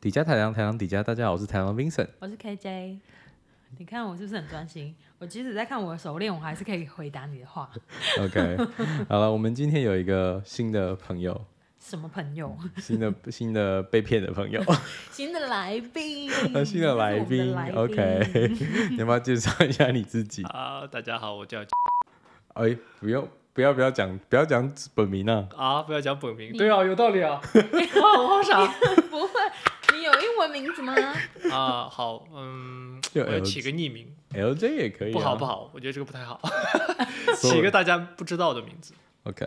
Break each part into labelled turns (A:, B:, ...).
A: 底加台郎，台郎底加，大家好，我是台郎 Vincent。
B: 我是 KJ。你看我是不是很专心？我即使在看我的手链，我还是可以回答你的话。
A: OK，好 了，我们今天有一个新的朋友，
B: 什么朋 友？
A: 新的新的被骗的朋友，，
B: 新的来宾
A: 哦新的来
B: 嗯这是
A: 宾
B: 我们的来。宾
A: OK，你 要不要介绍一下你自己？
C: 啊，大家好，我叫
A: 哎、不用，不要不要讲，不要讲本名啊。
C: 啊，不要讲本名，对啊，有道理 啊，
B: 哇，我好傻， 不会。你有英文名 字吗？
C: 啊，好， 嗯，我
A: 就
C: 要
A: LG
C: 起个匿名，
A: LJ 也可以、啊，
C: 不好不好，我觉得这个不太 好，
A: 所以
C: 起一个大家不知道的名字。
A: OK，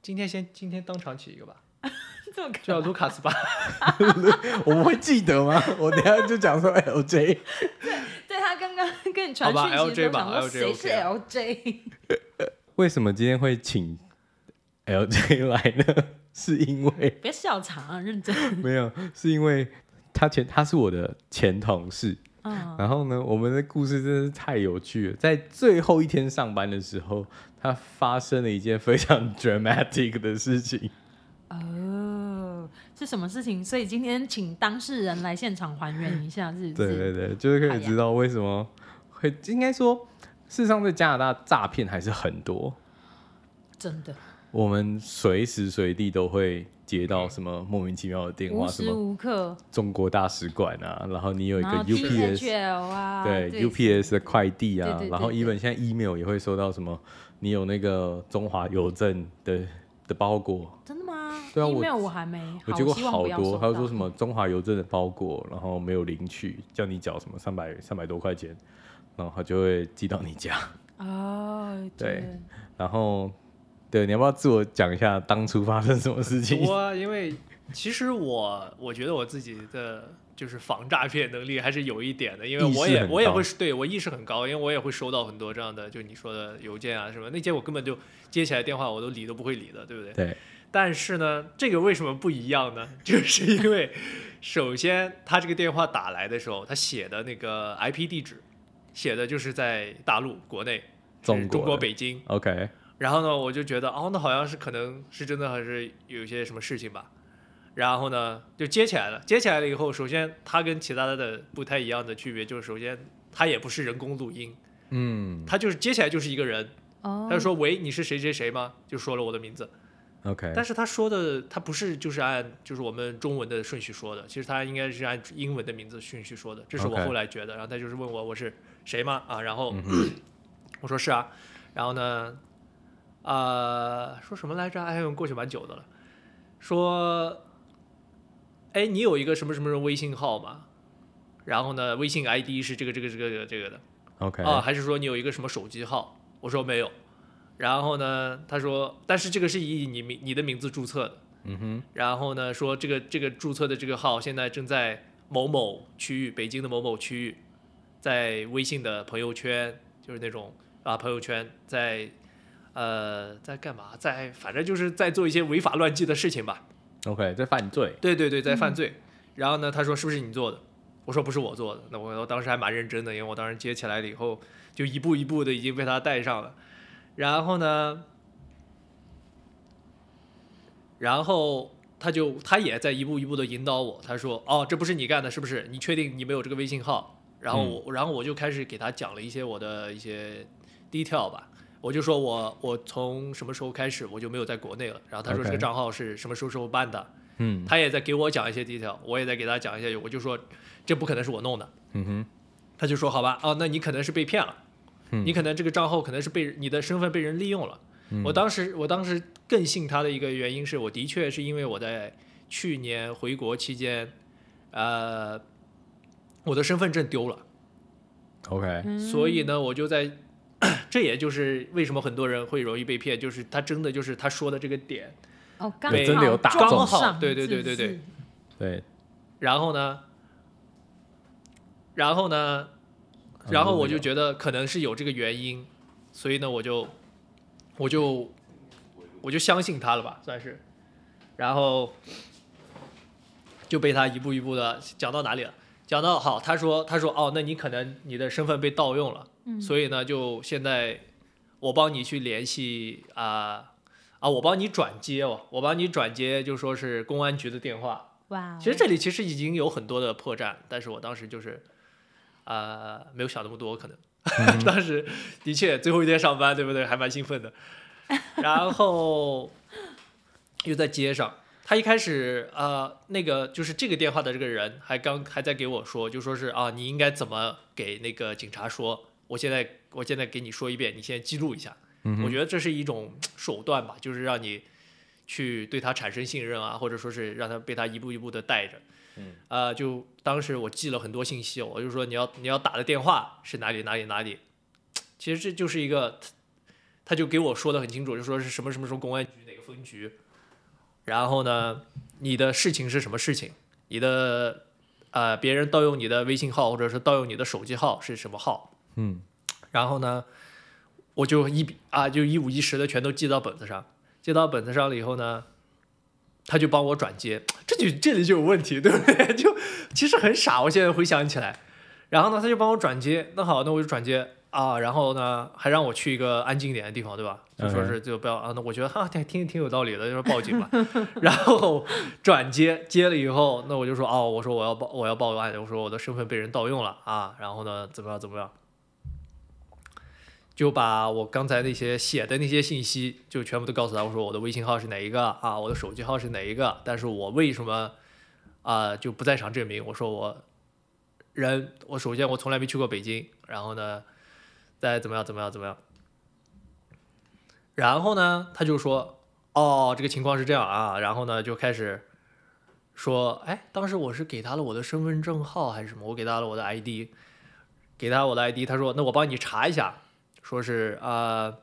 C: 今天先，今天当场起一个吧，
B: 这么
C: 就叫啊卢卡斯 吧。
A: 我们会记得吗？ 我等一下就讲说 LJ。
B: 对他刚刚跟你传
C: 好吧
B: 讯息的时
C: LJ
B: 候，
C: 吧
B: 想说
C: LJ
B: 谁是
C: OK 啊
B: LJ？
A: 为什么今天会请 LJ 来呢？是因为
B: 别笑场啊，认真。
A: 没有，是因为他前他是我的前同事，
B: 嗯，
A: 然后呢，我们的故事真的是太有趣了。在最后一天上班的时候，他发生了一件非常 dramatic 的事情。
B: 哦，是什么事情？所以今天请当事人来现场还原一下，是不
A: 对
B: 是？
A: 对对，就是可以知道为什么会应该说，事实上在加拿大诈骗还是很多，
B: 真的，
A: 我们随时随地都会接到什么莫名其妙的电
B: 无
A: 话，什
B: 时
A: 么
B: 无刻。
A: 中国大使馆啊，然后你有一个
B: 然后
A: UPS。
B: DHL 啊，
A: 对
B: 这也是
A: UPS 的快递啊，
B: 对对对
A: 然后
B: 对
A: even 现在 email 也会收到什么，你有那个中华邮政的的包裹，
B: 真的吗？
A: 对啊我
B: email 我还没，
A: 我接过
B: 希望不
A: 好
B: 要
A: 多，
B: 收
A: 他
B: 到
A: 就说什么中华邮政的包裹，然后没有领取，叫你缴什么三百三百多块钱，然后他就会寄到你家。
B: 哦，
A: 对
B: 真的，
A: 然后，对，你要不要自我讲一下当初发生什么事情？
C: 多啊，因为其实我我觉得我自己的就是防诈骗能力还是有一点的，因为
A: 意识
C: 我也
A: 很
C: 我也
A: 高
C: 会对我意识很高，因为我也会收到很多这样的就你说的邮件啊什么那些我根本就接起来电话我都理都不会理的，对不 对？
A: 对，
C: 但是呢，这个为什么不一样呢？ 就是因为，首先他这个电话打来的时候，他写的那个 IP 地址，写的就是在大陆国内，
A: 中
C: 是
A: 国
C: 中
A: 的
C: 国北京。
A: OK，
C: 然后呢，我就觉得哦，那好像是可能是真的，还是有一些什么事情吧。然后呢，就接起来了。接起来了以后，首先它跟其他的不太一样的区别就是，首先它也不是人工录音，
A: 嗯
C: 它就是接起来就是一个人，
B: 哦，
C: 他就说：“喂，你是谁谁谁吗？”就说了我的名字。
A: ，OK，
C: 但是他说的他不是就是按就是我们中文的顺序说的，其实他应该是按英文的名字顺序说的，这是我
A: OK 嗯
C: 后来觉得。然后他就是问我我是谁吗？啊，然后、我说是啊，然后呢，呃，说什么来着？哎呦，过去蛮久的了，说，哎，你有一个什么什么什么微信号吗？然后呢，微信 ID 是这个这个这个这个这个的。
A: OK，
C: 啊，还是说你有一个什么手机号？我说没有。然后呢，他说，但是这个是以你名你的名字注册的。
A: 嗯哼，
C: 然后呢，说这个这个注册的这个号现在正在某某区域，北京的某某区域，在微信的朋友圈，就是那种啊朋友圈在呃在干嘛，在反正就是在做一些违法乱纪的事情吧。
A: ，OK，在犯罪，
C: 对对对，在犯罪。然后呢，他说是不是你做的？我说不是我做的。那我我当时还蛮认真的，因为我当时接起来了以后，就一步一步的已经被他带上了。然后呢，然后他就他也在一步一步的引导我。他说：“哦，这不是你干的，是不是？你确定你没有这个微信号？”然后
A: 嗯
C: 我，然后我就开始给他讲了一些我的一些 detail 吧。我就说我我从什么时候开始我就没有在国内了。然后他说这
A: OK
C: 个账号是什么时候时候办的。
A: 嗯
C: 他也在给我讲一些 detail，我也在给他讲一些，我就说这不可能是我弄的，
A: 嗯哼，
C: 他就说好吧，哦，那你可能是被骗了，
A: 嗯
C: 你可能这个账号可能是被你的身份被人利用了。
A: 嗯
C: 我当时我当时更信他的一个原因是我的确是因为我在去年回国期间，呃，我的身份证丢了。
A: ，OK，
B: 嗯
C: 所以呢，我就在， 这也就是为什么很多人会容易被骗，就是他真的就是他说的这个点，
B: 哦，刚
C: 对
B: 好
A: 真的有打中
B: 撞上
C: 对对对对，
B: 是
C: 对
B: 不是
A: 对，
C: 然后呢，然后
A: 嗯
C: 呢，然后
A: 都
C: 我
A: 没有
C: 就觉得可能是有这个原因，所以呢，我就我就我就相信他了吧，算是，然后就被他一步一步的讲到哪里了。讲到好，他说他说哦，那你可能你的身份被盗用了，
B: 嗯
C: 所以呢，就现在我帮你去联系啊、啊，我帮你转接哦，我帮你转接，就说是公安局的电话，
B: 哇哦，
C: 其实这里其实已经有很多的破绽，但是我当时就是，呃，没有想那么多，可能、 当时的确最后一天上班，对不对？还蛮兴奋 的，然后又在街上。他一开始，呃，那个就是这个电话的这个人，还刚还在给我说，就说是啊，你应该怎么给那个警察说？我现在我现在给你说一遍，你先记录一下。
A: 嗯
C: 我觉得这是一种手段吧，就是让你去对他产生信任啊，或者说是让他被他一步一步的带着。
A: 嗯，
C: 呃，就当时我记了很多信息，哦我就说你要你要打的电话是哪里哪里哪里。其实这就是一个，他就给我说的很清楚，就说是什么什么什么公安局哪个分局，然后呢，你的事情是什么事情，你的呃别人盗用你的微信号或者是盗用你的手机号是什么号，
A: 嗯，
C: 然后呢，我就一笔啊，就一五一十的全都记到本子上，记到本子上了以后呢，他就帮我转接，这就这里就有问题，对不对？就其实很傻，我现在回想起来。然后呢，他就帮我转接，那好，那我就转接啊，然后呢，还让我去一个安静一点的地方，对吧？就说是就不要啊，那我觉得哈、挺挺挺有道理的，就说报警吧。然后转接接了以后，那我就说哦，我说我要报我要报案，我说我的身份被人盗用了啊，然后呢，怎么样怎么样。就把我刚才那些写的那些信息就全部都告诉他，我说我的微信号是哪一个啊，我的手机号是哪一个，但是我为什么啊、就不在场证明？我说我人，我首先我从来没去过北京，然后呢，再怎么样怎么样怎么样，然后呢，他就说哦，这个情况是这样啊，然后呢就开始说，哎，当时我是给他了我的身份证号还是什么，我给他了我的 ID，给他我的 ID，他说那我帮你查一下。说是啊、呃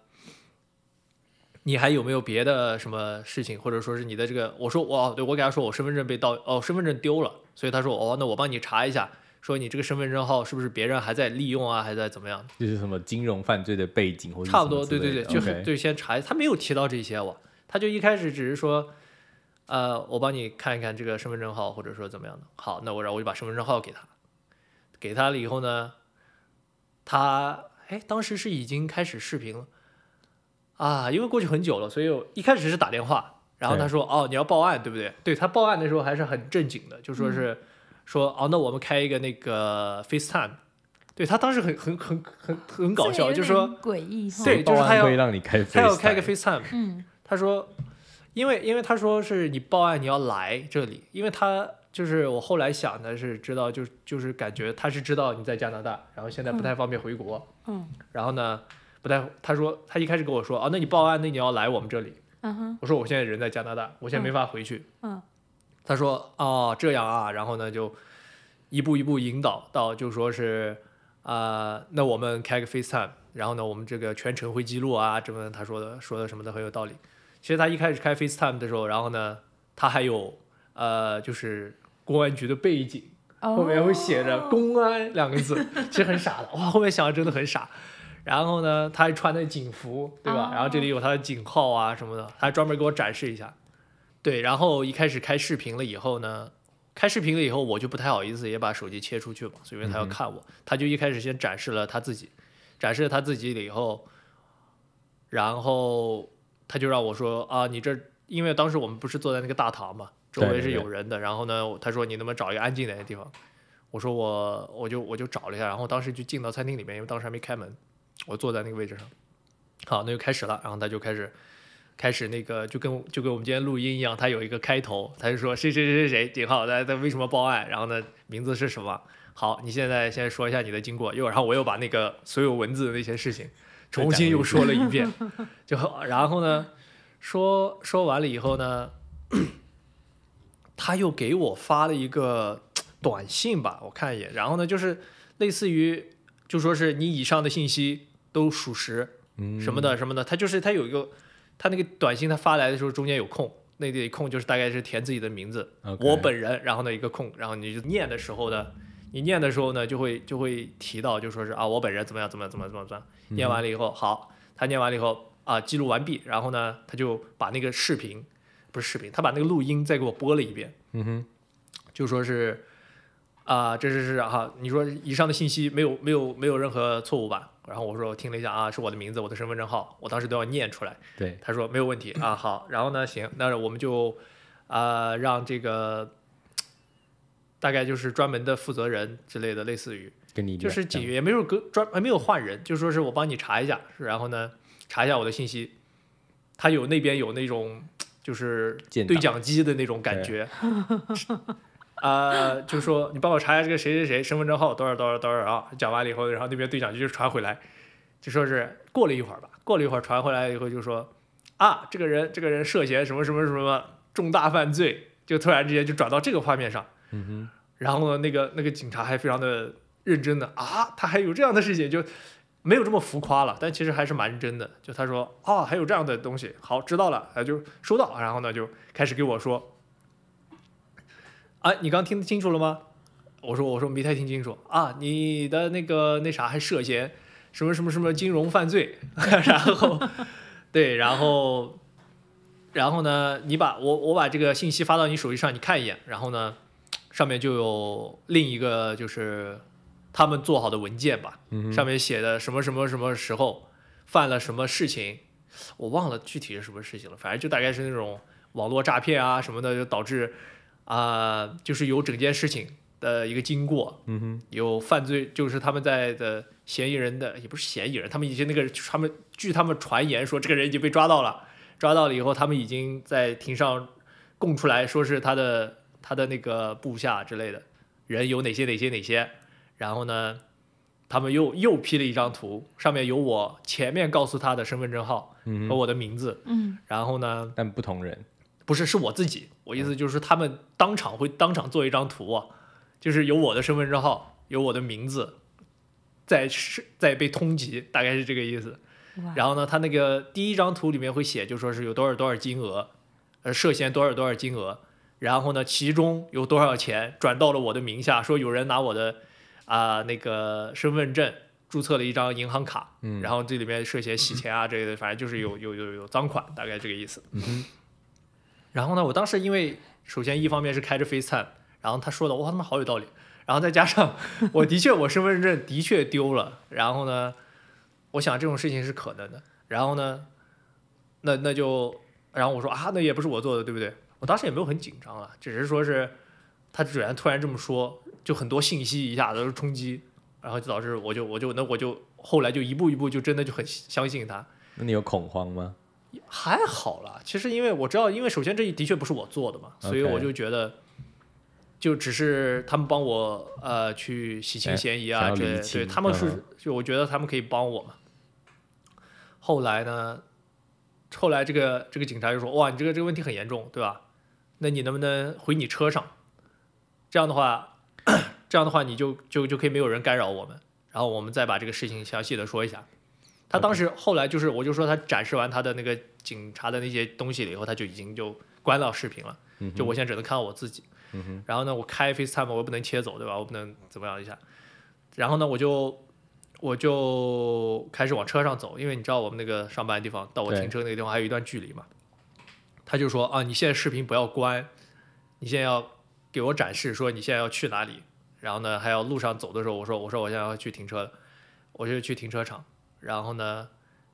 C: 你还有没有别的什么事情，或者说是你的这个？我说我对我给他说我身份证被盗，哦，身份证丢了，所以他说哦，那我帮你查一下，说你这个身份证号是不是别人还在利用啊，还在怎么样？
A: 就是什么金融犯罪的背景或者
C: 差不多，对对对，就
A: 很
C: 是就先查一下，他没有提到这些我，他就一开始只是说，呃，我帮你看一看这个身份证号，或者说怎么样的。好，那我然后我就把身份证号给他，给他了以后呢，他哎，当时是已经开始视频了啊，因为过去很久了，所以我一开始是打电话，然后他
A: 对
C: 说哦，你要报案对不对？对他报案的时候还是很正经的，就说是、说哦，那我们开一个那个 FaceTime。对他当时很很很很很搞笑，就说
B: 诡异哈，
C: 对就是他要
A: 会让你开，
C: 他要开个 FaceTime，
B: 嗯，
C: 他说，因为因为他说是你报案你要来这里，因为他就是我后来想的是知道就就是感觉他是知道你在加拿大，然后现在不太方便回国，
B: 嗯
C: 然后呢不太他说他一开始跟我说啊，那你报案那你要来我们这里，
B: 嗯哼
C: 我说我现在人在加拿大，我现在没法回去，
B: 嗯
C: 他说哦这样啊，然后呢就一步一步引导到就说是啊、那我们开个 FaceTime，然后呢我们这个全程会记录啊，这么他说的说的什么的很有道理。其实他一开始开 FaceTime 的时候，然后呢他还有呃就是公安局的背景，
B: 哦，
C: 后面会写着“公安”两个字，其实很傻的。哇，后面想的真的很傻。然后呢，他还穿的警服，对
B: 哦
C: 吧？然后这里有他的警号啊什么的，他还专门给我展示一下。对，然后一开始开视频了以后呢，开视频了以后我就不太好意思，也把手机切出去嘛，所以他要看我，他就一开始先展示了他自己，展示了他自己了以后，然后他就让我说啊，你这因为当时我们不是坐在那个大堂嘛，周
A: 对
C: 围
A: 对
C: 是
A: 对
C: 有人的，然后呢，我他说你能不能找一个安静点的地方？我说我我就我就找了一下，然后当时就进到餐厅里面，因为当时还没开门，我坐在那个位置上。好，那就开始了，然后他就开始开始那个就跟就跟我们今天录音一样，他有一个开头，他就说谁谁谁谁谁井号，他他为什么报案，然后呢名字是什么？好，你现在先说一下你的经过，又然后我又把那个所有文字的那些事情重新又说了一遍，就然后呢说说完了以后呢，他又给我发了一个短信吧，我看一眼，然后呢就是类似于就说是你以上的信息都属实，
A: 嗯
C: 什么的什么的，他就是他有一个，他那个短信他发来的时候中间有空，那里空就是大概是填自己的名字
A: OK
C: 我本人，然后呢一个空，然后你就念的时候呢，你念的时候呢就会就会提到就说是啊我本人怎么样怎么样怎么样怎么样怎么样，
A: 嗯
C: 念完了以后好，他念完了以后啊记录完毕，然后呢他就把那个视频不是视频，他把那个录音再给我播了一遍，
A: 嗯哼，
C: 就说是啊、这是是哈、你说以上的信息没有没有没有任何错误吧？然后我说我听了一下啊，是我的名字，我的身份证号，我当时都要念出来。
A: 对，
C: 呃他说没有问题啊，好，然后呢，行，那我们就啊、让这个大概就是专门的负责人之类的，类似于
A: 跟你
C: 就是
A: 解
C: 警
A: 约，
C: 员没有跟专还没有换人，就说是我帮你查一下，然后呢查一下我的信息，他有那边有那种就是
A: 建
C: 对
A: 档
C: 讲机的那种感觉，呃，就说你帮我查一下这个谁谁谁身份证号多少多少多少啊，讲完了以后，然后那边对讲机就传回来，就说是过了一会儿吧，过了一会儿传回来以后就说啊，这个人这个人涉嫌什么什么什么重大犯罪，就突然之间就转到这个画面上。
A: 嗯哼，
C: 然后呢，那个那个警察还非常的认真的啊，他还有这样的事情，就没有这么浮夸了，但其实还是蛮真的。就他说啊，还有这样的东西，好，知道了，啊，就收到，然后呢就开始给我说，啊，你刚听清楚了吗？我说我说没太听清楚啊，你的那个那啥还涉嫌什么什么什么金融犯罪，然后对，然后然后呢，你把我我把这个信息发到你手机上，你看一眼，然后呢。上面就有另一个就是他们做好的文件吧，
A: 嗯哼
C: 上面写的什么什么什么时候犯了什么事情，我忘了具体是什么事情了，反正就大概是那种网络诈骗啊什么的，就导致啊、就是有整件事情的一个经过，
A: 嗯哼，
C: 有犯罪，就是他们在的嫌疑人的也不是嫌疑人，他们已经那个他们据他们传言说这个人已经被抓到了，抓到了以后他们已经在庭上供出来说是他的他的那个部下之类的人有哪些哪些哪些，然后呢，他们又又 P 了一张图，上面有我前面告诉他的身份证号
A: 嗯
C: 和
A: 哼，
C: 我的名字，
B: 嗯，
C: 然后呢，
A: 但不同人，
C: 不是，是我自己。我意思就是他们当场会当场做一张图啊，就是有我的身份证号，有我的名字，在是在被通缉，大概是这个意思。
B: 哇，
C: 然后呢，他那个第一张图里面会写，就说是有多少多少金额，呃，涉嫌多少多少金额，然后呢，其中有多少钱转到了我的名下，说有人拿我的啊、那个身份证注册了一张银行卡，
A: 嗯
C: 然后这里面涉嫌洗钱啊之类的，反正就是有有有有赃款，大概这个意思。然后呢，我当时因为首先一方面是开着 FaceTime，然后他说的哇他妈好有道理，然后再加上我的确我身份证的确丢了，然后呢，我想这种事情是可能的，然后呢，那那就然后我说啊那也不是我做的对不对？我当时也没有很紧张啊，只是说是他居然突然这么说，就很多信息一下子都冲击，然后就导致我就我就那我就后来就一步一步就真的就很相信他，
A: 那你有恐慌吗？
C: 还好啦，其实因为我知道，因为首先这的确不是我做的嘛，所以
A: OK
C: 我就觉得，就只是他们帮我呃去洗清
A: 哎
C: 嫌疑
A: 想
C: 啊
A: 要
C: 之类的，
A: 厘清
C: 对他们是、
A: 嗯哼
C: 就我觉得他们可以帮我嘛。后来呢，后来这个这个警察就说：“哇，你这个这个问题很严重，对吧？那你能不能回你车上？这样的话， 这样的话你就就就可以没有人干扰我们，然后我们再把这个事情详细的说一下。”他当时后来就是，我就说他展示完他的那个警察的那些东西了以后，他就已经就关到视频了。
A: 嗯哼
C: 就我现在只能看到我自己。
A: 嗯哼
C: 然后呢，我开 FaceTime 我又不能切走，对吧？我不能怎么样一下。然后呢，我就我就开始往车上走，因为你知道我们那个上班的地方到我
A: 对
C: 停车那个地方还有一段距离嘛。他就说啊，你现在视频不要关，你现在要给我展示说你现在要去哪里。然后呢，还有路上走的时候，我说我说我现在要去停车了，我就去停车场。然后呢，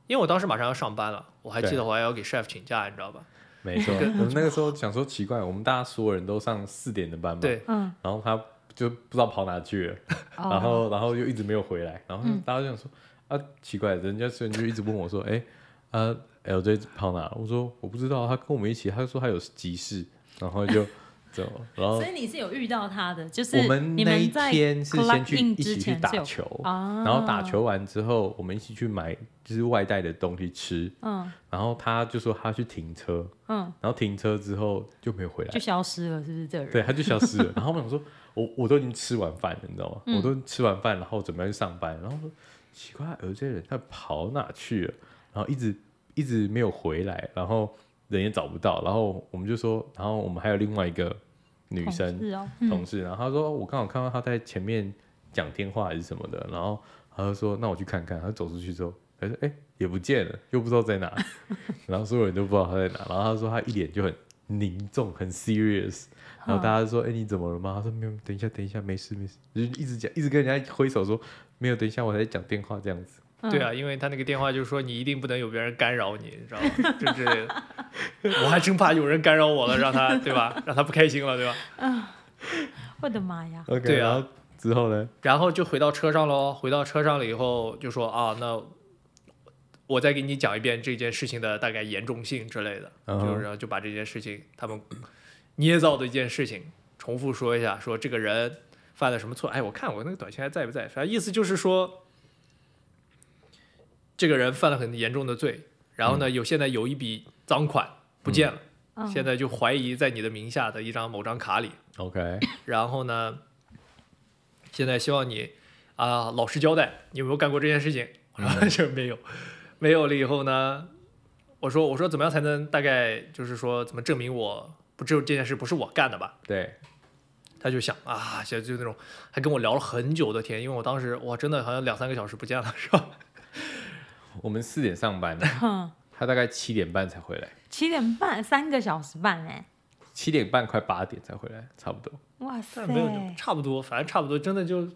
C: 因为我当时马上要上班了，我还记
A: 对
C: 得我还要给 chef 请假，你知道吧？
A: 没 错，我们那个时候想说奇怪，我们大家所有人都上四点的班嘛，
C: 对，
B: 嗯，
A: 然后他就不知道跑哪去了，
B: 哦
A: 然后然后就一直没有回来，然后
B: 嗯
A: 大家就想说、啊，奇怪，人家所以就一直问我说，哎、呃 LJ 跑哪？我说我不知道，他跟我们一起，他就说他有急事，然后就走，然后
B: 所以你是有遇到他的，就是
A: 我们
B: 你
A: 那一
B: 们在
A: 天是
B: clock
A: 先去
B: in
A: 一起
B: 之
A: 去
B: 前是
A: 打
B: 有
A: 球，
B: 啊，
A: 然后打，球完之后，我们一起去买就是外带的东西吃，
B: 嗯
A: 然后他就说他去停车，
B: 嗯，
A: 然后停车之后就没有回来
B: 就，消失了，是不是这个人？
A: 对，他就消失 了。然后我想说，我我都已经吃完饭了，你知道吗？
B: 嗯
A: 我都吃完饭，然后准备去上班，然后说奇怪，啊有些人他跑哪去了？然后一直一直没有回来，然后人也找不到，然后我们就说，然后我们还有另外一个女
B: 同
A: 生
B: 事哦，
C: 嗯
A: 同事，然后她说我刚好看到她在前面讲电话还是什么的，然后她就说那我去看看，她走出去之后，她说哎、也不见了，又不知道在哪，然后所有人都不知道她在哪，然后她说她一脸就很凝重，很 serious，然后大家就说哎、你怎么了吗？她说没有，等一下等一下没事没事，就是一直讲一直跟人家挥手说没有，等一下我在讲电话这样子，
C: 对啊，因为他那个电话就是说你一定不能有别人干扰你，你知道吗？就之类的。我还真怕有人干扰我了，让他对吧？让他不开心了，对吧？
B: 嗯，我的妈呀！
A: OK，
C: 对啊
A: 然后之后呢？
C: 然后就回到车上喽。回到车上了以后，就说啊，那我再给你讲一遍这件事情的大概严重性之类的。
A: 嗯
C: 就然后就把这件事情他们捏造的一件事情重复说一下，说这个人犯了什么错。哎，我看我那个短信还在不在？反正意思就是说，这个人犯了很严重的罪，然后呢，有现在有一笔赃款不见了，
B: 嗯
C: 现在就怀疑在你的名下的一张某张卡里。
A: OK，
C: 然后呢，现在希望你啊、老实交代，你有没有干过这件事情？我说 就没有，没有了以后呢，我说我说怎么样才能大概就是说怎么证明我不只有这件事不是我干的吧？
A: 对，
C: 他就想啊，现在就那种还跟我聊了很久的天，因为我当时哇真的好像两三个小时不见了是吧？
A: 我们四点上班，
B: 哼，
A: 他大概七点半才回来，
B: 七点半，三个小时半嘞，
A: 七点半快八点才回来，差不多。
B: 哇塞
C: 但！没有就差不多，反正差不多，真的就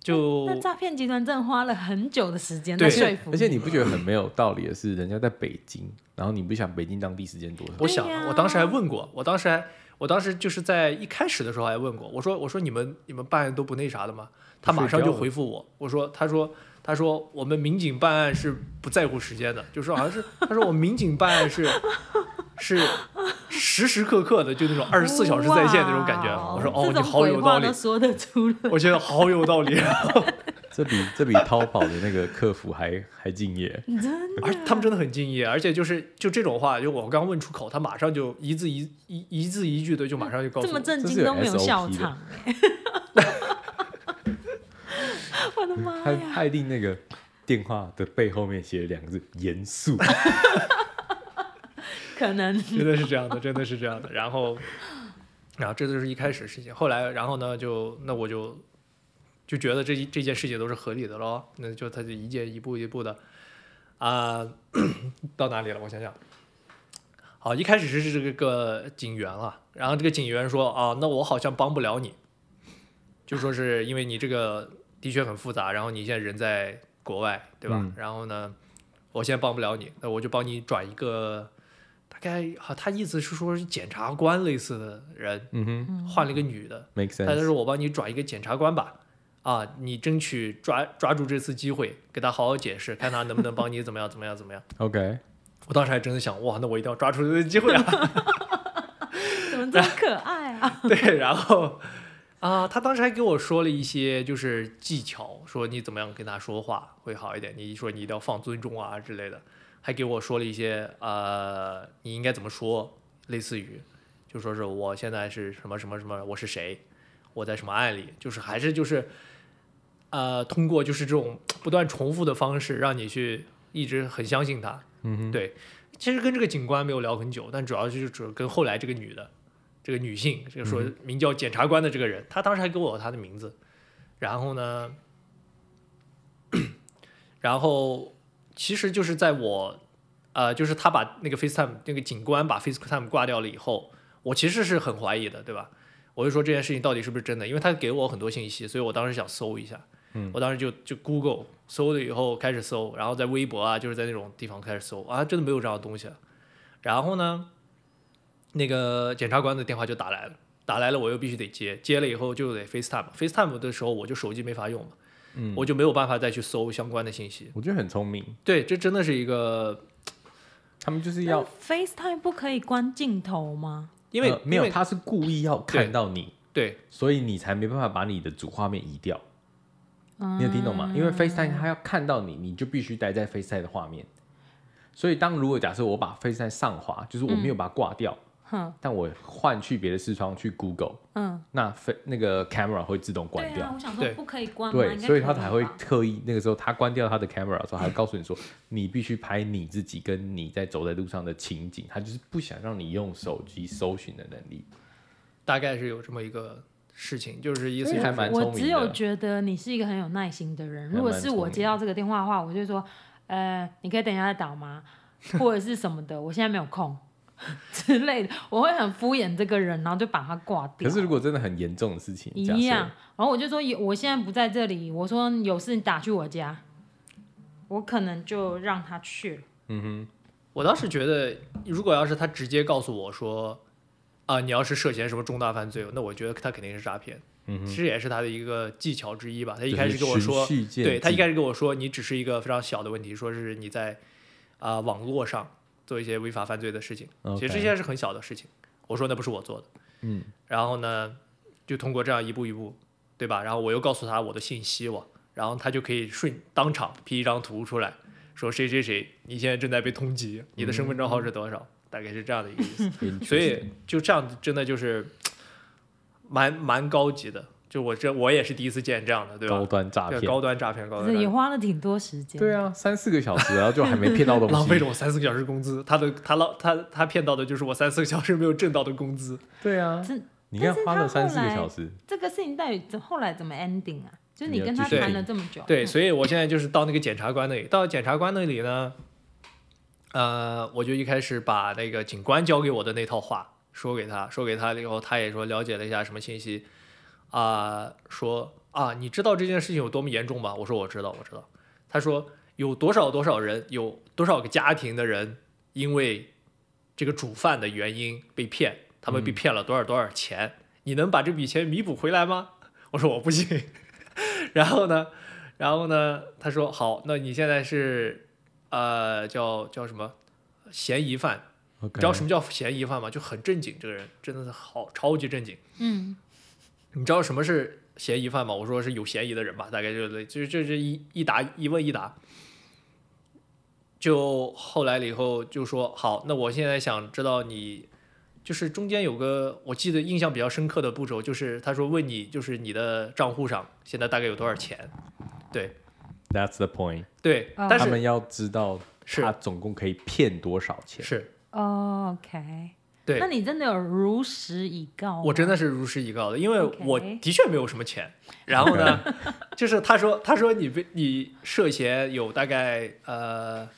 C: 就
B: 哎那诈骗集团真的花了很久的时间
C: 对
B: 在
A: 而
B: 说
A: 且
B: 服
A: 而且你不觉得很没有道理的是，人家在北京，然后你不想北京当地时间多少？
C: 我想
B: 对呀
C: 了，我当时还问过，我当时还，我当时就是在一开始的时候还问过，我说我说你们你们办案都不那啥的吗？他马上就回复我，我说他说他说我们民警办案是不在乎时间的，就是好像是他说我们民警办案是是时时刻刻的就那种二十四小时在线那种感觉。
B: 哇
C: 我说哦，
B: 这
C: 你
B: 种
C: 好
B: 鬼
C: 有
B: 话
C: 道理
B: 都，说得出 来。
C: 我觉得好有道理。
A: 这比这比淘宝的那个客服还还敬
C: 啊
A: 业。
B: 真
C: 而他们真的很敬业，而且就是就这种话，就我刚问出口，他马上就一字一一一字一句的就马上就告诉
B: 这
C: 我。
B: 么震
A: 这是
B: 惊
A: 有
B: 都没有
A: SOP
B: 笑
A: 的
B: 场哎、 我的妈
A: 他
B: 呀！
A: 他一定那个电话的背后面写了两个字“严 肃
B: 可能
C: 真的是这样的，真的是这样的。然后，然后这就是一开始的事情。后来，然后呢，就那我就就觉得这一这件事情都是合理的咯。那就他就一件一步一步的啊、 到哪里了？我想想。好，一开始是这个个警员了，然后这个警员说啊，那我好像帮不了你，就说是因为你这个的确很复杂，然后你现在人在国外，对吧？
A: 嗯
C: 然后呢，我现在帮不了你，那我就帮你转一个大概好，他意思是说是检察官类似的人”，，
A: 嗯哼
C: 换了一个女的，
A: ，make
C: 他就
A: sense。
C: 说我帮你转一个检察官吧，啊，你争取抓抓住这次机会，给他好好解释，看他能不能帮你怎么样怎么样怎么样。
A: OK，
C: 我当时还真的想，哇，那我一定要抓住这个机会啊！
B: 怎么这么可爱 啊？
C: 对，然后啊，他当时还给我说了一些就是技巧，说你怎么样跟他说话会好一点，你说你一定要放尊重啊之类的，还给我说了一些呃，你应该怎么说，类似于就说是我现在是什么什么什么，我是谁，我在什么案里，就是还是就是呃，通过就是这种不断重复的方式，让你去一直很相信他。
A: 嗯哼，
C: 对，其实跟这个警官没有聊很久，但主要就是主跟后来这个女的，这个女性，这个说名叫检察官的这个人，她当时还给我她的名字，然后呢，然后其实就是在我，呃，就是他把那个 FaceTime 那个警官把 FaceTime 挂掉了以后，我其实是很怀疑的，对吧？我就说这件事情到底是不是真的，因为他给我很多信息，所以我当时想搜一下，
A: 嗯
C: 我当时就就 Google 搜了以后开始搜，然后在微博啊，就是在那种地方开始搜啊，真的没有这样的东西。然后呢，那个检察官的电话就打来了，打来了我又必须得接，接了以后就得 FaceTime，FaceTime 的时候我就手机没法用嘛，
A: 嗯
C: 我就没有办法再去搜相关的信息。
A: 我觉得很聪明，
C: 对，这真的是一个，
A: 他们就是
B: 那
A: 要，
B: FaceTime 不可以关镜头吗？
C: 因为、
A: 呃没有，
C: 因为
A: 他是故意要看到你，
C: 对
A: 所以你才没办法把你的主画面移掉。
B: 你嗯
A: 你有听懂吗？因为 FaceTime 它要看到你，你就必须待在 FaceTime 的画面。所以，当如果假设我把 FaceTime 上滑，就是我没有把它挂掉，
B: 哼，
A: 但我换去别的视窗去 Google，
B: 嗯，
A: 那非那个 camera 会自动关
B: 对
A: 掉
B: 啊，。我想
C: 对
B: 说不可以关嘛，
A: 对，
B: 应该
A: 所以
B: 可
A: 他才
B: 吧
A: 会特意那个时候他关掉他的 camera 的时候，还告诉你说你必须拍你自己跟你在走在路上的情景，他就是不想让你用手机搜寻的能力。
C: 大概是有这么一个事情，就是意思
A: 所以
C: 就是
A: 还蛮聪
B: 我
A: 明的
B: 只有觉得你是一个很有耐心的
A: 还
B: 人。
A: 蛮
B: 如果是
A: 聪
B: 我
A: 明
B: 接到这个电话的话，我就说，呃，你可以等一下再打吗？或者是什么的，我现在没有空 之类的，我会很敷衍这个人，然后就把他挂掉。
A: 可是如果真的很严重的事情，
B: 一
A: 假设
B: 样，然后我就说有，我现在不在这里，我说有事你打去我家，我可能就让他去了。
A: 嗯
C: 我倒是觉得，如果要是他直接告诉我说，啊、你要是涉嫌什么重大犯罪，那我觉得他肯定是诈骗。
A: 哼，嗯
C: 其
A: 哼，
C: 实也是他的一个技巧之一吧。他一
A: 就
C: 开
A: 是
C: 始跟我
A: 循
C: 说，
A: 序渐
C: 对他一
A: 进
C: 开始跟我说，你只是一个非常小的问题，说是你在啊、网络上做一些违法犯罪的事情，其实这
A: OK
C: 些是很小的事情。我说那不是我做的，
A: 嗯，
C: 然后呢，就通过这样一步一步，对吧？然后我又告诉他我的信息我，然后他就可以顺当场 P 一张图出来，说谁谁谁，你现在正在被通缉，你的身份证号是多
A: 嗯
C: 少？大概是这样的一个意 思。所以就这样，真的就是蛮蛮高级的。就我这我也是第一次见这样的，对吧
A: 高？端诈
C: 对
A: 骗，
C: 高端诈骗，高
B: 就
C: 端
B: 是
C: 诈
B: 也
C: 骗
B: 花了挺多时间。
A: 对啊，三四个小时，然后就还没骗到东西，
C: 浪费了我三四个小时工资，他的他浪他他骗到的就是我三四个小时没有挣到的工资。
A: 对啊
B: 真，
A: 你看
B: 但是
A: 花
B: 他
A: 了三
B: 后
A: 四个
B: 来
A: 小时，
B: 这个事情到底怎后来怎么 ending 啊？就是你
A: 你要
B: 跟他
A: 继续
B: 谈
A: 听
B: 了这么久，
C: 对，
B: 嗯
C: 所以我现在就是到那个检察官那里，到检察官那里呢，呃，我就一开始把那个警官教给我的那套话说给他，说给他了以后，他也说了解了一下什么信息，啊、说啊，你知道这件事情有多么严重吗？我说我知道，我知道。他说有多少多少人，有多少个家庭的人因为这个主犯的原因被骗，他们被骗了多少多少钱，你能把这笔钱弥补回来吗？我说我不行。 然后呢，然后呢，他说好，那你现在是呃叫叫什么嫌疑犯？你
A: OK，
C: 知道什么叫嫌疑犯吗？就很正经，这个人真的是好超级正经。
B: 嗯，
C: 你知道什么是嫌疑犯吗？我说是有嫌疑的人吧，大概就类就是这是一一答一问一答。就后来了以后就说好，那我现在想知道你，就是中间有个我记得印象比较深刻的步骤，就是他说问你就是你的账户上现在大概有多少钱，对
A: ？That's the point。
C: 对，
B: 哦
C: 但
A: 他
C: 是
A: 们要知道
C: 是
A: 他总共可以骗多少钱。
C: 是
B: 哦 OK，
C: 对
B: 那你真的有如实以告？
C: 我真，的是如实以告的，因为
B: 哦 OK
C: 我的确没有什么钱。然后呢，就是他说，他说你被你涉嫌有大概呃，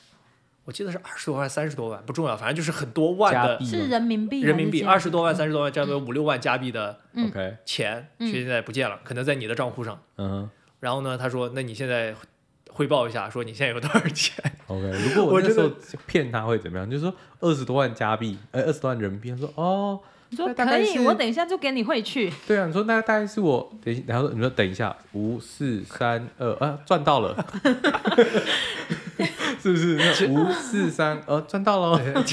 C: 我记得是二十多万、三十多万，不重要，反正就是很多万
A: 加
C: 的
A: 币
B: 是
A: 吗
B: 人民币还是加，
C: 人民币，二十多万、三十多万，差不多五六万加币的
B: 嗯
A: OK，
C: 钱，
B: 嗯
C: 现在不见了，可能在你的账户上。
A: 嗯哼
C: 然后呢，他说，那你现在汇报一下，说你现在有多少钱？
A: ，OK。如果
C: 我
A: 我那
C: 真
A: 时
C: 的
A: 候骗他会怎么样？就是说二十多万加币，呃，二十多万人民币。他说哦，
B: 你说
A: 那大概
B: 可以，
A: 是
B: 我等一下就给你汇去。
A: 对啊，你说那大概是我等一下，然后你说等一下，五四三二啊，赚到 了，是不是？那五四三呃，赚到了哦。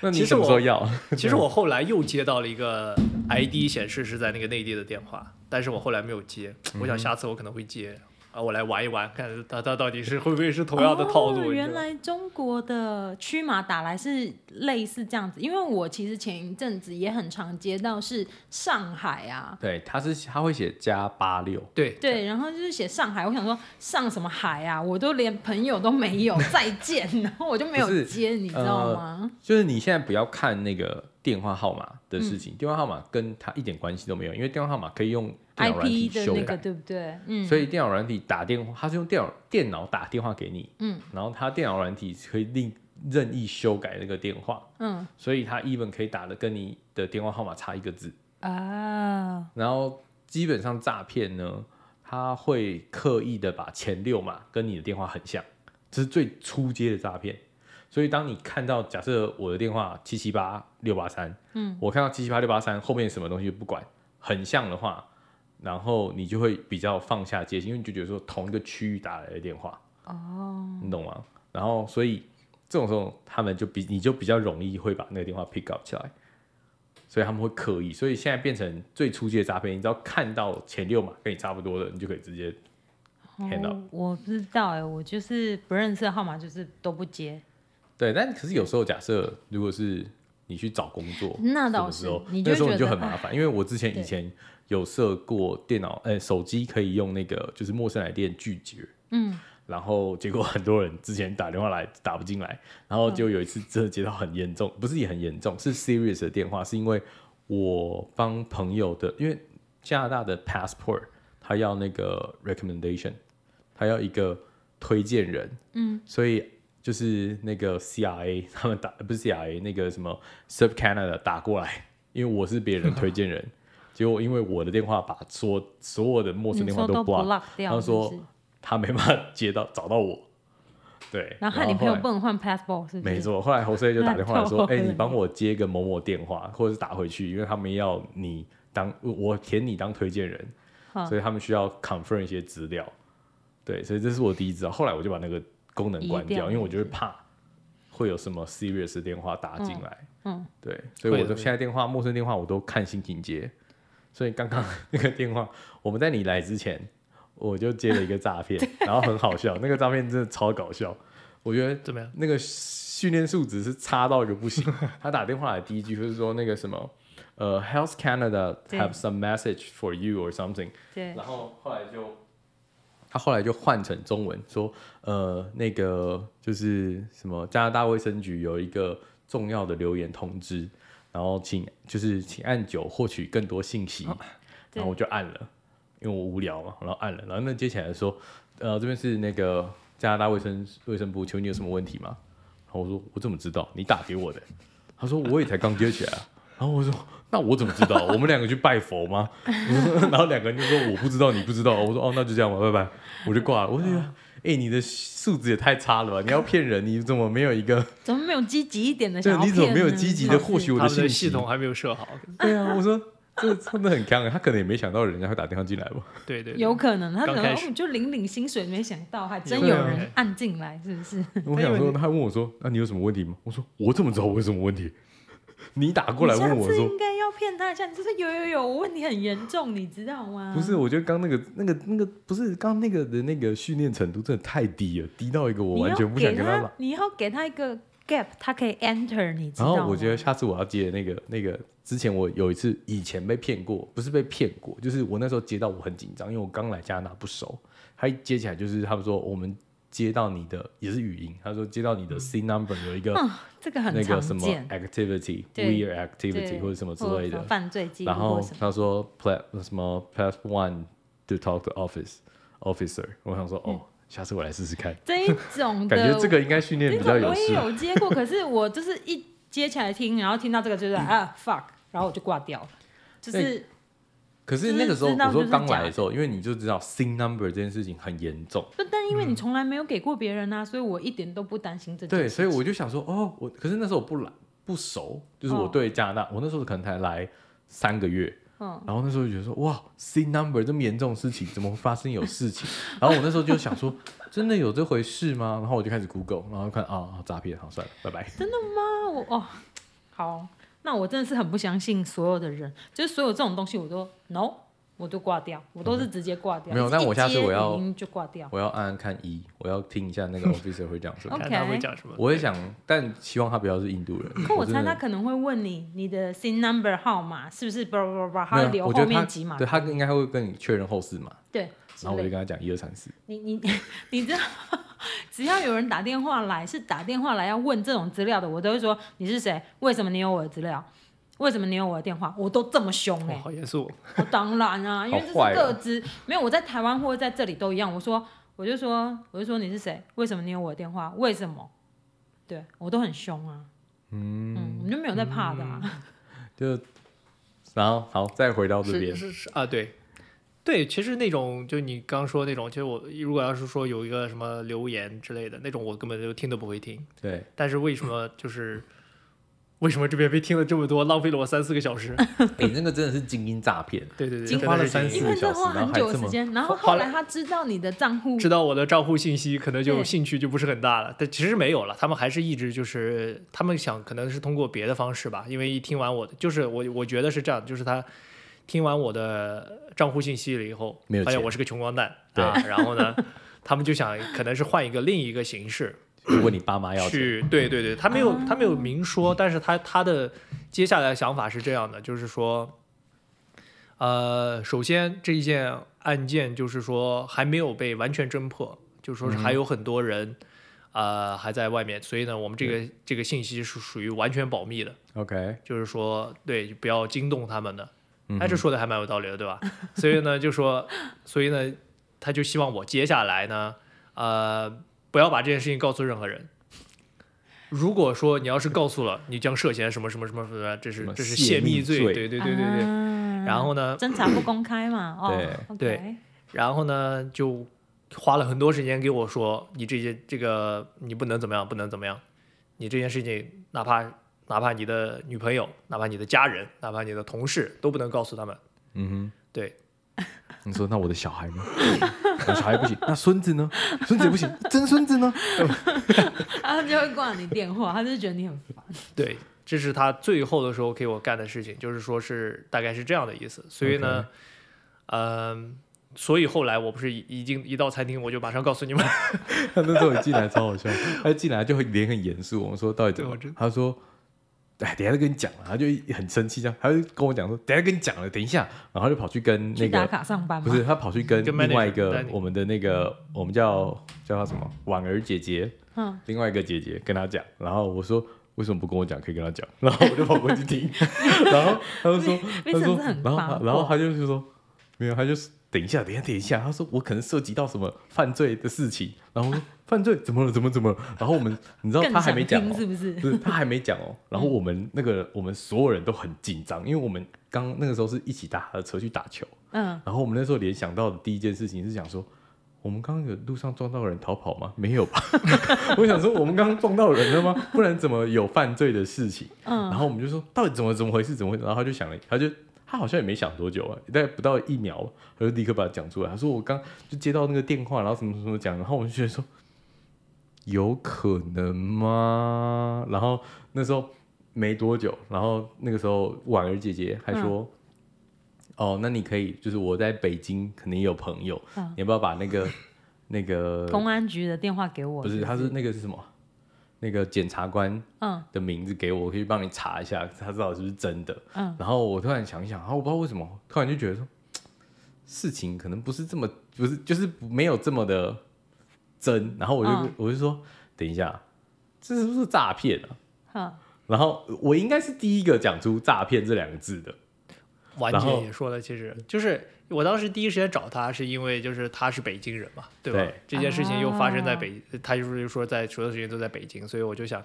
A: 那你
C: 其实
A: 什么时
C: 我
A: 候要？
C: 其实我后来又接到了一个 ID 显示是在那个内地的电话，但是我后来没有接。我想下次我可能会接，啊，我来玩一玩，看他他到底是会不会是同样的套路。
B: 哦。
C: 你知
B: 原
C: 道吗
B: 来中国的驱马打来是类似这样子，因为我其实前一阵子也很常接到是上海啊，
A: 对，他是他会写加八六，
C: 对，
B: 对，然后就是写上海，我想说上什么海啊，我都连朋友都没有，再 见，然后我就没
A: 不
B: 有
A: 是
B: 接，你知道吗？
A: 就是你现在不要看那个电话号码的事情，电话号码跟他一点关系都没有，因为电话号码可以用
C: 呃
A: 电脑软体
B: IP 的
A: 修
B: 那
A: 改，
B: 个对不对？嗯，
A: 所以电脑软体打电话，他是用电脑电脑打电话给你，
B: 嗯，
A: 然后他电脑软体可以另任意修改那个电话，
B: 嗯
A: 所以他 even 可以打的跟你的电话号码差一个字，
B: 啊，
A: 然后基本上诈骗呢，他会刻意的把前六码跟你的电话很像，这是最初阶的诈骗。所以当你看到假设我的电话七七八六八三，
B: 嗯，
A: 我看到七七八六八三后面什么东西不管，很像的话，然后你就会比较放下戒心，因为你就觉得说同一个区域打来的电话，
B: 哦，
A: 你懂吗？然后所以这种时候他们就比你就比较容易会把那个电话 pick up 起来，所以他们会刻意，所以现在变成最初级的诈骗，你只要看到前六码跟你差不多的，你就可以直接看到
B: 哦我不知道哎、我就是不认识的号码，就是都不接。
A: 对。但可是有时候假设如果是你去找工作，
B: 那倒
A: 什么
B: 是
A: 时候
B: 你就
A: 那时候
B: 觉
A: 你就
B: 得哎
A: 很麻烦，因为我之前
B: 对
A: 以前有设过电脑，呃，手机可以用那个就是陌生来电拒绝，
B: 嗯，
A: 然后结果很多人之前打电话来打不进来，然后就有一次真的接到很严重，不是也很严重，是 serious 的电话，是因为我帮朋友的，因为加拿大的 passport 他要那个 recommendation，他要一个推荐人，
B: 嗯，
A: 所以就是那个 CIA 他们打不是 CIA 那个什么 Sub Canada 打过来，因为我是别人的推荐 人，结果因为我的电话把所所有的陌生
B: 你
A: 电
B: 嗯说
A: 话
B: 都
A: block
B: block 掉，
A: 他
B: 是不
A: 说
B: 是
A: 他没办法接到找到我，对，
B: 然后害
A: 后
B: 你朋友
A: 来
B: 不能换 passport，是不是？
A: 没错，后来侯 C 就打电话来
B: 那
A: 说
B: 就：“
A: 哎、
B: 很
A: 你帮我接个某某电话，或者是打回去，因为他们要你当我填你当推荐人，
B: 哼
A: 所以他们需要 confirm 一些资料。对，所以这是我第一招。后来我就把那个功能关
B: 移掉
A: 因为我就会怕会有什么 serious 的电话打进来。
B: 嗯嗯
A: 对，所以我
C: 会
A: 就
C: 的
A: 现在电话陌生电话我都看心情接。所以刚刚那个电话，我们在你来之前，我就接了一个诈 骗，然后很好笑，那个诈骗真的超搞笑。我觉得
C: 怎么样？
A: 那个训练素质是差到一个不 行。他打电话来第一句就是说那个什么，呃，Health Canada
B: 对
A: have some message for you or something。
B: 对，
A: 然后后来就他后来就换成中文说，呃，那个就是什么加拿大卫生局有一个重要的留言通知，然后请就是请按九获取更多信息，
B: 哦对
A: 然后我就按了，因为我无聊嘛，然后按了，然后那接起来说，呃，这边是那个加拿大卫生卫生部，请问你有什么问题吗？然后我说我怎么知道你打给我的？他说我也才刚接起来、啊。然后我说那我怎么知道？我们两个去拜佛吗？我 说然后两个人就说我不知道，你不知道。我说哦，那就这样吧，拜拜。我就挂了。我就觉得，
B: 嗯
A: 哎、你的素质也太差了吧！你要骗人，你怎么没有一个？
B: 怎么没有积极一点的？
A: 对，
B: 想要
A: 你怎么
B: 骗
A: 没有
B: 呢
A: 积极
B: 这
A: 的
B: 样
A: 获
B: 子
A: 取我
C: 他
A: 的
C: 们
A: 信
C: 的
A: 息？
C: 系统还没有设好。
A: 对啊，我说这真的很坑、啊，他可能也没想到人家会打电话进来吧。
C: 对对对
B: 有可能，他可
C: 刚
B: 能
C: 开
B: 哦
C: 始
B: 就领领薪水，没想到还真
A: 对
B: 有
A: 啊
B: 人按进来，是不是？
A: 我想说，他还问我说：“啊那、你有什么问题吗？”我说：“我怎么知道我有什么问题？你打 过来
B: 你
A: 问我
B: 下次
A: 说
B: 应该要骗他一下，你就是有有有，我问题很严重，你知道吗？
A: 不是，，我觉得刚那个、那个、那个不是刚那个的那个训练程度真的太低了，低到一个我
B: 你
A: 完
B: 要
A: 全不想
B: 给
A: 跟他打
B: 他。，你要给他一个 gap，他可以 enter，你知
A: 然
B: 道吗？
A: 后我觉得下次我要接那个那个，之前我有一次以前被骗过，不是被骗过，就是我那时候接到我很紧张，因为我刚来加拿大不熟，他一接起来就是他们说我们接到你的也是语音，他说接到你的 C number 有一个、
B: 嗯，这个嗯很
A: 那
B: 常
A: 个什么
B: 见，
A: activity
B: 对
A: weird
B: 对
A: activity 或者什么之
B: 或
A: 类
B: 什么
A: 的，
B: 犯罪记录
A: 然
B: 或
A: 后
B: 什么，
A: 他说 plat 什么 p l a s one to talk to office officer，我想说哦，下次我来试试看，
B: 这一种嗯的
A: 感觉这个应该训练
B: 这
A: 比较
B: 种
A: 有
B: 我也
A: 事。
B: 有接过，可是我就是一接起来听，然后听到这个就是
A: 嗯
B: 啊 fuck，然后我就挂掉了，就是
A: 可是那个时候
B: 就是知道
A: 我说
B: 就是
A: 刚
B: 假
A: 来
B: 的
A: 的时候，因为你就知道 C number 这件事情很严重，
B: 就但因为你从来没有给过别人啊，所以我一点都不担心这件
A: 嗯对，
B: 事
A: 所以我就想说哦，我可是那时候我不来不熟，就是我
B: 哦
A: 对加拿大，我那时候可能才来三个月，
B: 嗯，
A: 然后那时候就觉得说，哇，C number 这么严重的事情，怎么会发生有事情？ 然后我那时候就想说，真的有这回事吗？然后我就开始 Google，然后看啊，诈骗，好，算了，拜 拜。
B: 啊，我哦，好，那我真的是很不相信所有的人，就是所有这种东西我都 no，我都挂掉，我都是直接挂掉。
A: 嗯没有
B: 一
A: 但我下次
B: 一接
A: 我要
B: 语音就挂掉。
A: 我要按按看一，我要听一下 那个 officer 会讲什么。
B: OK
C: 看他会讲什么。
A: 我也想，但希望他不要是印度人。
B: 可我
A: 真
B: 猜他
A: 的
B: 可能会问你你的 SIN number 号码是不是叭叭叭叭，他
A: 没
B: 会
A: 有
B: 留
A: 我觉
B: 后
A: 得他
B: 面几码，
A: 对他应该会跟你确认后四码，
B: 对，之
A: 然后我就
B: 类
A: 跟他
B: 的。
A: 讲一二三四。
B: 你你 你知道，只要有人打电话来是打电话来要问这种资料的，我都会说你是谁，为什么你有我的资料，为什么你有我的电话，我都这么凶哎、
C: 哇，好严肃哦，
B: 我当然啊，因为这是
A: 好坏哦
B: 各自、没有我在台湾或者在这里都一样。我说，我就说，我就说你是谁？为什么你有我的电话？为什么？对我都很凶啊。嗯我们就没有在怕的啊。
A: 就然后好，再回到这
C: 是
A: 边，
C: 是是啊，对，对，其实那种就你刚说那种，其实我如果要是说有一个什么留言之类的那种，我根本就听都不会听。
A: 对，
C: 但是为什么就是为什么这边被听了这么多，浪费了我三四个小时？
A: 你欸那个真的是精英诈骗。
C: 对 对对，
A: 经
C: 真的
A: 花了
C: 是
A: 三
C: 精
A: 四
B: 因
C: 英
A: 个
B: 为这
A: 小时
B: 花
A: 然
B: 很
A: 后还
B: 久的
A: 这
B: 时
A: 么
B: 间，然后
C: 花
B: 后来他知道你的账户，
C: 知道我的账户信息，可能
B: 嗯
C: 就
B: 对
C: 兴趣就不是很大了。但其实没有了，他们还是一直就是他们想，可能是通过别的方式吧。因为一听完我的，就是我我觉得是这样，就是他听完我的账户信息了以后
A: 没有，
C: 发现
A: 钱
C: 我是个穷光蛋，
A: 对
C: 啊，然后呢，他们就想可能是换一个另一个形式
A: 就问你爸妈要钱，
C: 去，对对对，他没有、他没有明说，但是他他的接下来的想法是这样的，就是说，呃，首先这一件案件就是说还没有被完全侦破，就是说是还有很多人。呃，还在外面，所以呢，我们这个这个信息是属于完全保密的，
A: OK，
C: 就是说，对，不要惊动他们的。
A: 嗯
C: 哎，这说的还蛮有道理 的，对吧？所以呢，就说，所以呢，他就希望我接下来呢，呃，不要把这件事情告诉任何人。如果说你要是告诉了，你将涉嫌什么什么什么什么，这
A: 什
C: 是
A: 么
C: 这是
A: 泄
C: 泄
A: 密
C: 密罪，
A: 罪
C: 对对对对对。嗯
B: 啊
C: 然后呢，
B: 侦查不公开嘛，哦，o k
C: 对然后呢，就花了很多时间给我说，你这些这个你不能怎么样，不能怎么样，你这件事情哪怕哪怕你的女朋友，哪怕你的家人，哪怕你的同事，都不能告诉他们。
A: 嗯
C: 对，
A: 哼，你说那我的小孩呢？那小孩不行，那孙子呢？孙子也不行，曾孙子呢？
B: 他就会挂你电话，他就觉得你很烦。
C: 对，这是他最后的时候给我干的事情，就是说是大概是这样的意思。所以呢，嗯、所以后来我不是一一进一到餐厅，我就马上告诉你们，
A: 他那时候一进来超好笑，他一进来就脸很严肃，我们说到底怎么
C: 对我知道？
A: 他说。哎，等一下再跟你讲了，他就一很生气，这样，他就跟我讲说，等一下跟你讲了，等一下，然后就跑去跟那
B: 去打
A: 个
B: 卡上班吗？
A: 不是，他跑去跟
C: 跟
A: 另外
C: manager，
A: 一个
C: 对
A: 我们的那个我们叫叫她什么婉儿姐姐，
B: 嗯，
A: 另外一个姐姐跟她讲，然后我说为什么不跟我讲，可以跟她讲， 然后我就跑过去听， 然后她就说
B: 你
A: 她
B: 你
A: 说
B: 真的很，
A: 然后
B: 八
A: 她
B: 卦
A: 然后她就是说没有，她就是等一下，等一下，等一下，她说我可能涉及到什么犯罪的事情，然后我说犯罪怎么了，怎么了怎么了，然后我们 你知道
B: 更
A: 她还没
B: 想
A: 讲、
B: 听
A: 哦，
B: 是不是？
A: 不是，他还没讲 哦。然后我们那个我们所有人都很紧张，因为我们刚那个时候是一起搭车去打球，
B: 嗯，
A: 然后我们那时候联想到的第一件事情是想说，我们刚刚有路上撞到人逃跑吗？没有吧？ 我想说我们刚刚撞到人了吗？不然怎么有犯罪的事情？
B: 嗯
A: 然后我们就说到底怎么怎么回事？怎么回事？然后他就想了，他就他好像也没想多
B: 嗯
A: 久啊，大概不到一秒吧，他就立刻把它讲出来。他说我刚就接到那个电话，然后什么什么讲，然后我们就觉得说有可能吗？然后那时候没多久，然后那个时候婉儿姐姐还说。哦，那你可以，就是我在北京肯定有朋友，
B: 嗯
A: 你要不要把那个那个
B: 公安局的电话给我，
A: 不是，他是那个是什么？那个检察官
B: 嗯
A: 的名字给我，我可以帮你查一下，他到底是不是真的。
B: 嗯
A: 然后我突然想一想，啊然后我不知道为什么，突然就觉得说，嘖事情可能不是这么，不是就是没有这么的真。然后我就、
B: 嗯
A: 我就说，等一下，这是不是诈骗啊？
B: 嗯，
A: 然后我应该是第一个讲出诈骗这两个字的。
C: 婉
A: 然
C: 姐
A: 后
C: 也说了，其实就是我当时第一时间找他，是因为就是他是北京人嘛，对吧？
A: 对
C: 这件事情又发生在
B: 啊
C: 北，他就是说在所有的事情都在北京，所以我就想，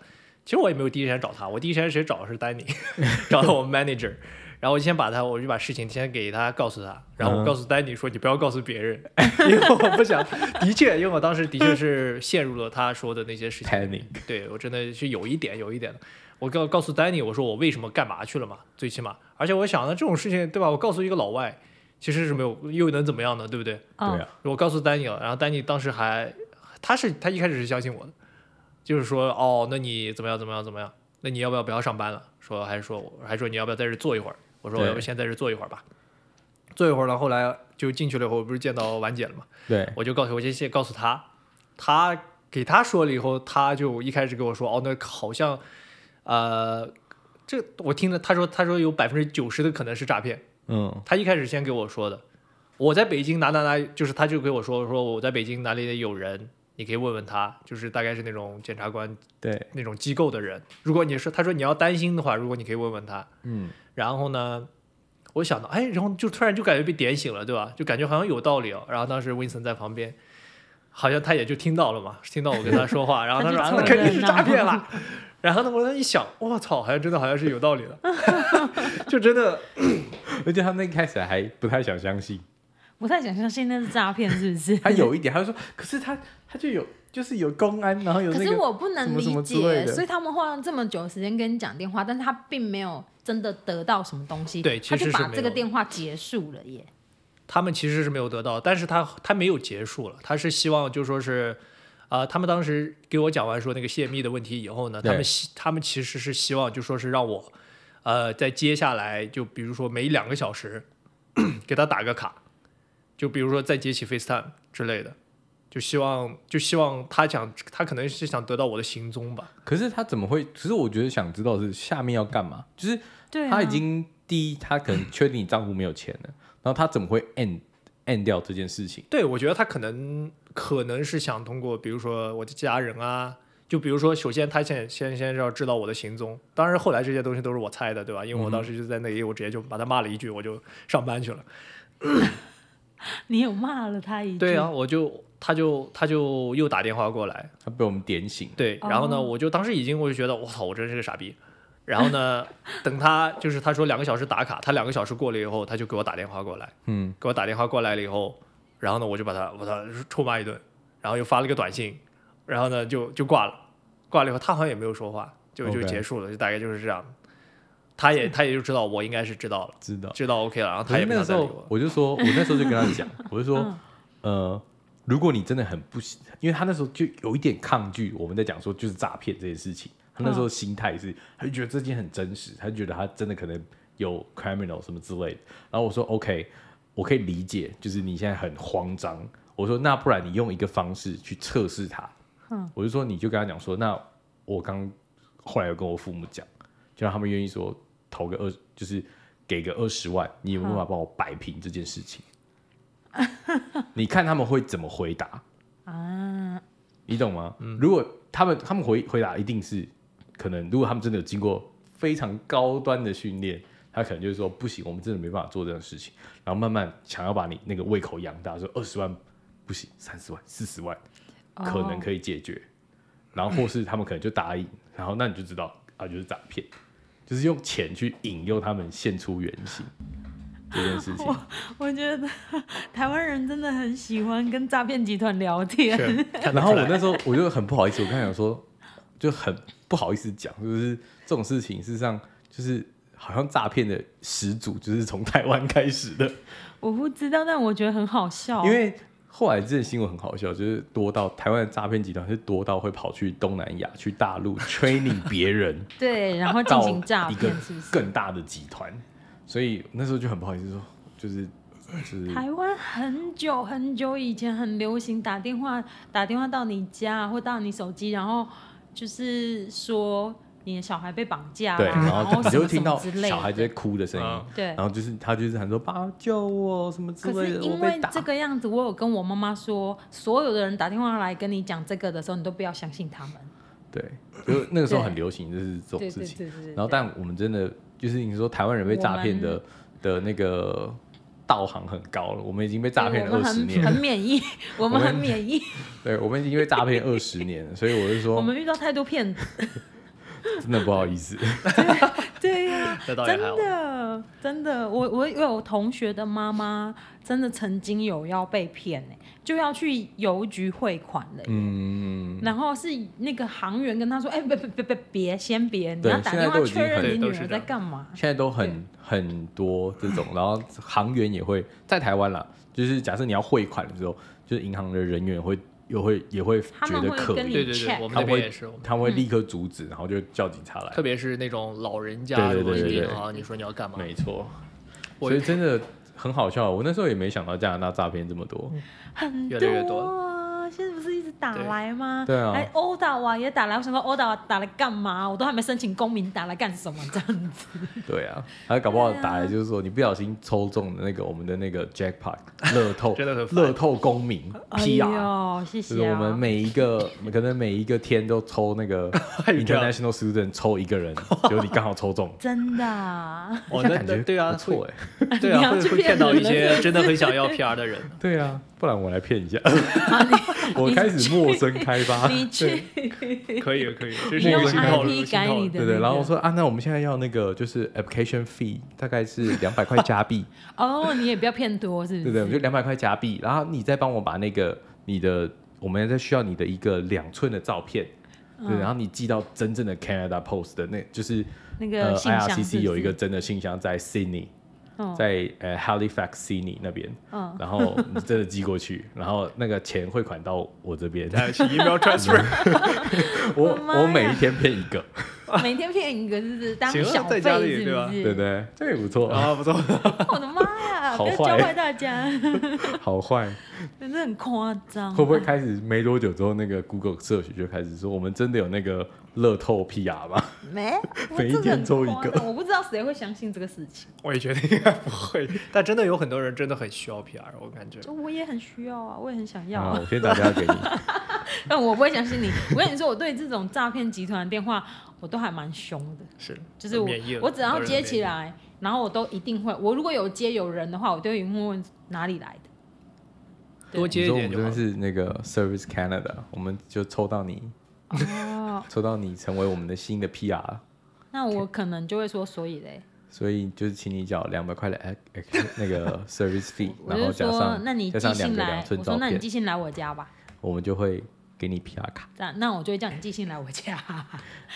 C: 其实我也没有第一时间找他，我第一时间谁找的是丹尼， 找到我们 manager，然后我就先把他，我就把事情先给他告诉他，然后我
A: 嗯
C: 告诉丹尼说你不要告诉别人， 因为我不想，的确，因为我当时的确是陷入了他说的那些事情里面
A: Panic
C: 对我真的是有一点有一点的。我告告诉丹尼，我说我为什么干嘛去了嘛，最起码，而且我想呢，这种事情对吧？我告诉一个老外，其实是没有，又能怎么样呢？对不对？
B: 嗯
A: 对啊，
C: 我告诉丹尼了，然后丹尼当时还，他是他一开始是相信我的，就是说哦，那你怎么样怎么样怎么样？那你要不要不要上班了？说还是说我还说你要不要在这坐一会儿？我说我
A: 对
C: 要不先在这坐一会儿吧。坐一会儿了，后来就进去了以后，我不是见到婉姐了嘛，
A: 对，
C: 我就告诉我就先告诉他，他给他说了以后，他就一开始跟我说，哦，那好像，呃，这我听着他说他说有百分之九十的可能是诈骗，
A: 嗯
C: 他一开始先给我说的，我在北京哪哪哪，就是他就给我说说我在北京哪里有人，你可以问问他，就是大概是那种检察官
A: 对，
C: 那种机构的人，如果你说他说你要担心的话，如果你可以问问他，
A: 嗯
C: 然后呢，我想到，哎，然后就突然就感觉被点醒了，对吧？就感觉好像有道理哦。然后当时 Winston 在旁边，好像他也就听到了嘛，听到我跟他 说话，然后他说、啊、
B: 他就
C: 那
B: 凑
C: 肯定
B: 热
C: 是
B: 闹
C: 诈骗啦。 然后呢，我那一想，我操，好像真的好像是有道理的， 就真的
A: 而且他那一开始还不太想相信。
B: 不太想相信那是诈骗，是不是？
A: 他有一点，他就说，可是他他就有就是有公安，然后有
B: 可
A: 那
B: 是
A: 个，
B: 我不能
A: 什
B: 理
A: 么什
B: 解，
A: 么之类的
B: 所以他们花了这么久的时间跟你讲电话，但是他并没有真的得到什么东西，
C: 对
B: 他
C: 其实
B: 就是把
C: 没
B: 这个
C: 有
B: 电话结束了耶。
C: 他们其实是没有得到，但是他他没有结束了，他是希望就说是，啊、他们当时给我讲完说那个泄密的问题以后呢，
A: 对
C: 他们希他们其实是希望就说是让我，呃，在接下来就比如说每两个小时 给他打个卡，就比如说再接起 FaceTime 之类的，就希望就希望他想他可能是想得到我的行踪吧，
A: 可是他怎么会？其实我觉得想知道的是下面要干嘛，就是
B: 对、啊，
A: 他已经第一，他可能确定你账户没有钱了，然后他怎么会 end end 掉这件事情？
C: 对，我觉得他可能可能是想通过，比如说我的家人啊，就比如说，首先他先先先要知道我的行踪，当然后来这些东西都是我猜的，对吧？因为我当时就在那里，我直接就把他骂了一句，我就上班去了。
B: 你有骂了他一句，
C: 对啊，我就他就他就又打电话过来，
A: 啊他被我们点醒，
C: 对，然后呢，
B: 哦
C: 我就当时已经我就觉得我操，我真是个傻逼。然后呢，等他就是他说两个小时打卡，他两个小时过了以后，他就给我打电话过来，
A: 嗯，
C: 给我打电话过来了以后，然后呢，我就把他把他臭骂一顿，然后又发了个短信，然后呢就就挂了，挂了以后他好像也没有说话，就就
A: OK
C: 结束了，就大概就是这样。他也他也就知道我应该是知道了，
A: 知道。
C: 知道 OK 了，然后
A: 可
C: 他
A: 是
C: 也不
A: 那个
C: 想
A: 时
C: 再理
A: 候
C: 我。
A: 我就说，我那时候就跟他讲，我就
B: 嗯
A: 说，呃，如果你真的很不喜，因为他那时候就有一点抗拒我们在讲说就是诈骗这件事情，他那时候心态是，他就觉得这件很真实，他就觉得他真的可能有 criminal 什么之类的。然后我说 OK，我可以理解，就是你现在很慌张。我说那不然你用一个方式去测试他，我就说你就跟他讲说，那我刚后来有跟我父母讲，就让他们愿意说投个二，就是给个二十万，你有没有办法帮我摆平这件事情？你看他们会怎么回答？
B: 啊，
A: 你懂吗？如果他们他们回回答一定是可能，如果他们真的有经过非常高端的训练，他可能就是说不行，我们真的没办法做这种事情，然后慢慢想要把你那个胃口养大，说二十万不行，三十万、四十万可能可以解决，然后或是他们可能就答应，然后那你就知道啊，就是诈骗，就是用钱去引诱他们现出原形这件事情。
B: 我觉得台湾人真的很喜欢跟诈骗集团聊天。
C: 是，看
A: 然
C: 得
A: 后
C: 出
A: 我
C: 来
A: 那时候我就很不好意思，我刚才想说，就很不好意思讲，就是这种事情，事实上就是好像诈骗的始祖就是从台湾开始的，
B: 我不知道，但我觉得很好笑。啊
A: 因为后来这件新闻很好笑，就是多到台湾的诈骗集团是多到会跑去东南亚、去大陆 training 别 人
B: 对，然后进
A: 到
B: 行诈
A: 一个
B: 骗，是不是？
A: 更大的集团，所以那时候就很不好意思说，就是就是
B: 台湾很久很久以前很流行打电话，打电话到你家或到你手机，然后就是说你的小孩被绑架啦，
A: 对，
B: 然
A: 然后你
B: 什
A: 就会
B: 么
A: 听
B: 什么
A: 到
B: 之类的。
A: 小孩在哭的声音
C: 嗯。
B: 对
A: 然，后就是他就是喊说爸救我什么之
B: 可
A: 类
B: 是
A: 的，我
B: 因
A: 被
B: 为
A: 打。
B: 这个样子，我有跟我妈妈说，所有的人打电话来跟你讲这个的时候，你都不要相信他们。
A: 对， 就那个时候
B: 对
A: 很流行就是这种
B: 对
A: 事
B: 对对
A: 情。
B: 对对。
A: 然后，但我们真的就是你说台湾人被诈骗的的那个道行很高了，我们已经被诈骗
B: 对
A: 了
B: 我
A: 二
B: 们
A: 十
B: 很
A: 年
B: 很
A: 了，
B: 免疫，我
A: 我
B: 们
A: 们
B: 很免疫，
A: 对，我们已经被诈 骗二十年了，所 以我就
B: 我
A: 说
B: 们遇到太多 骗子。
A: 真的不好意 思，
B: 对呀、
C: 那倒也
B: 真
C: 还好。
B: 的真的，我我我有同学的妈妈真的曾经有要被骗呢、就要去邮局汇款嘞、
A: 嗯，
B: 然后是那个行员跟他说：“哎、别别别别别，先别，你
A: 对
B: 要打
A: 现在
B: 电话
A: 都已经
B: 确认
A: 很
B: 你
C: 对
B: 女
C: 都是
B: 儿
C: 这
B: 在
C: 样
B: 干嘛。”
A: 现在都很很多这种，然后行员也会在台湾啦，就是假设你要汇款的时候，就是银行的人员会又会也会
B: 他
A: 觉
B: 们
A: 得
B: 会
A: 可
B: 跟
A: 疑，
B: 你
C: 对对对，
B: check
C: 我们
A: 他
C: 那边
A: 会
C: 也是，我们
A: 他们会立刻阻止，然后就叫警察来
C: 特。别是那种老人家，
A: 对对
C: 如果
A: 对
C: 你
A: 对
C: 银
A: 对
C: 行，你说你要干嘛？
A: 没错，
C: 我
A: 所以真的很好笑。我那时候也没想到加拿大诈骗这么多，
C: 嗯
B: 很
C: 越来越
B: 多啊！现在不是一直打
C: 对
B: 来吗？哎
A: 对啊
B: 还殴打我也打来，我想说殴打我打来干嘛？我都还没申请公民，打来干什么这样子？
A: 对啊，还搞不好
B: 对啊
A: 打来就是说你不小心抽中的那个我们的那个 jackpot 乐透，
C: 真的很烦
A: 乐透公民 PR，、
B: 哎呦，
A: 就
B: 谢谢
A: 是
B: 啊！
A: 我们每一个可能每一个天都抽那 个
C: 有这样
A: international student 抽一个 人，结果你刚好抽中，
B: 真 的、啊，
C: 哦，
A: 那
C: 那
A: 感
C: 那
A: 觉
C: 对啊，
A: 不错哎，
C: 会对
B: 你
C: 啊，
B: 要
C: 会
B: 去
C: 会
B: 骗
C: 骗到
B: 人
C: 一
B: 了
C: 些
B: 是
C: 真的很想要 PR 的人。
A: 对啊，不然我来骗一 下，
C: 啊
A: 我开始陌生开发，
B: 你去
C: 可以可以，这是
B: 你
C: 一
B: 用
C: 个新套
B: IP
C: 路，新
B: 改
C: 套
B: 你
C: 路。
A: 对
B: 的、那个，
A: 对，然后我说啊，那我们现在要那个就是 application fee 大概 是两百块加币，
B: 哦，你也不要骗多，是不
A: 对
B: 是？
A: 对，我们就两百块加币，然后你再帮我把那个你的，我们再需要你的一个两寸的照片，对，
B: 嗯
A: 然后你寄到真正的 Canada Post 的那，就是
B: 那
A: 呃
B: 个信箱是不
A: IRCC
B: 是
A: 有一个，真的信箱在 Sydney，
B: 嗯
A: 在呃 Halifax Sydney 那边，
B: 嗯，
A: 然后你真的寄过去，然后那个钱汇款到我这 边，
C: 哎，是 email transfer，
A: 我
B: 我的妈呀
A: 我每一天骗一个，
B: 每天骗一个，是不是当
C: 行啊
B: 小
C: 在
B: 费，
C: 家里
B: 是
C: 对吧
B: 不
A: 对不
B: 是？哦
A: 对，这个也不错，
C: 啊，不错，
B: 我的妈呀！
A: 好
B: 不要
A: 坏
B: 教坏大家，
A: 好坏。
B: 真的很夸张。
A: 会不 会开始没多久之后，那个 Google search 就开始说我们真的有那个乐透 PR 吗？
B: 没？我
A: 每一
B: 真的
A: 天
B: 很
A: 抽一
B: 夸
A: 个
B: 张我不知道谁会相信这个事情。
C: 我也觉得应该不会， 但真的有很多人真的很需要 PR，我感觉。
B: 就我也很需要啊，我也很想要
A: 啊，
B: 啊，
A: 我先打电话给你。
B: 但我不会相信你。我跟你说，我对这种诈骗集团的电话，我都还蛮凶的，
C: 是，
B: 就是我
C: 免疫了
B: 我只要接起，
C: 很
B: 来，然后我都一定会，我如果有接有人的话，我就会问问哪里来的。
C: 多
A: 你
C: 接一
A: 说我们
C: 点就
A: 这
C: 好
A: 边
C: 了。
A: 是那个 Service Canada，我们就抽到你，
B: 哦，
A: 抽到你成为我们的新的 PR，
B: 那我可能就会说，所以嘞，
A: 所以就是请你缴两百块的 ac- ac- 那个 service fee，
B: 我
A: 然后
B: 就
A: 加
B: 说
A: 上，
B: 那你
A: 加上
B: 寄
A: 两
B: 信
A: 个两
B: 来，
A: 寸
B: 我说
A: 照
B: 那你
A: 片
B: 寄，信来我家吧。
A: 我们就会给你 PR 卡。
B: 这样，那我就会叫你寄信来我家。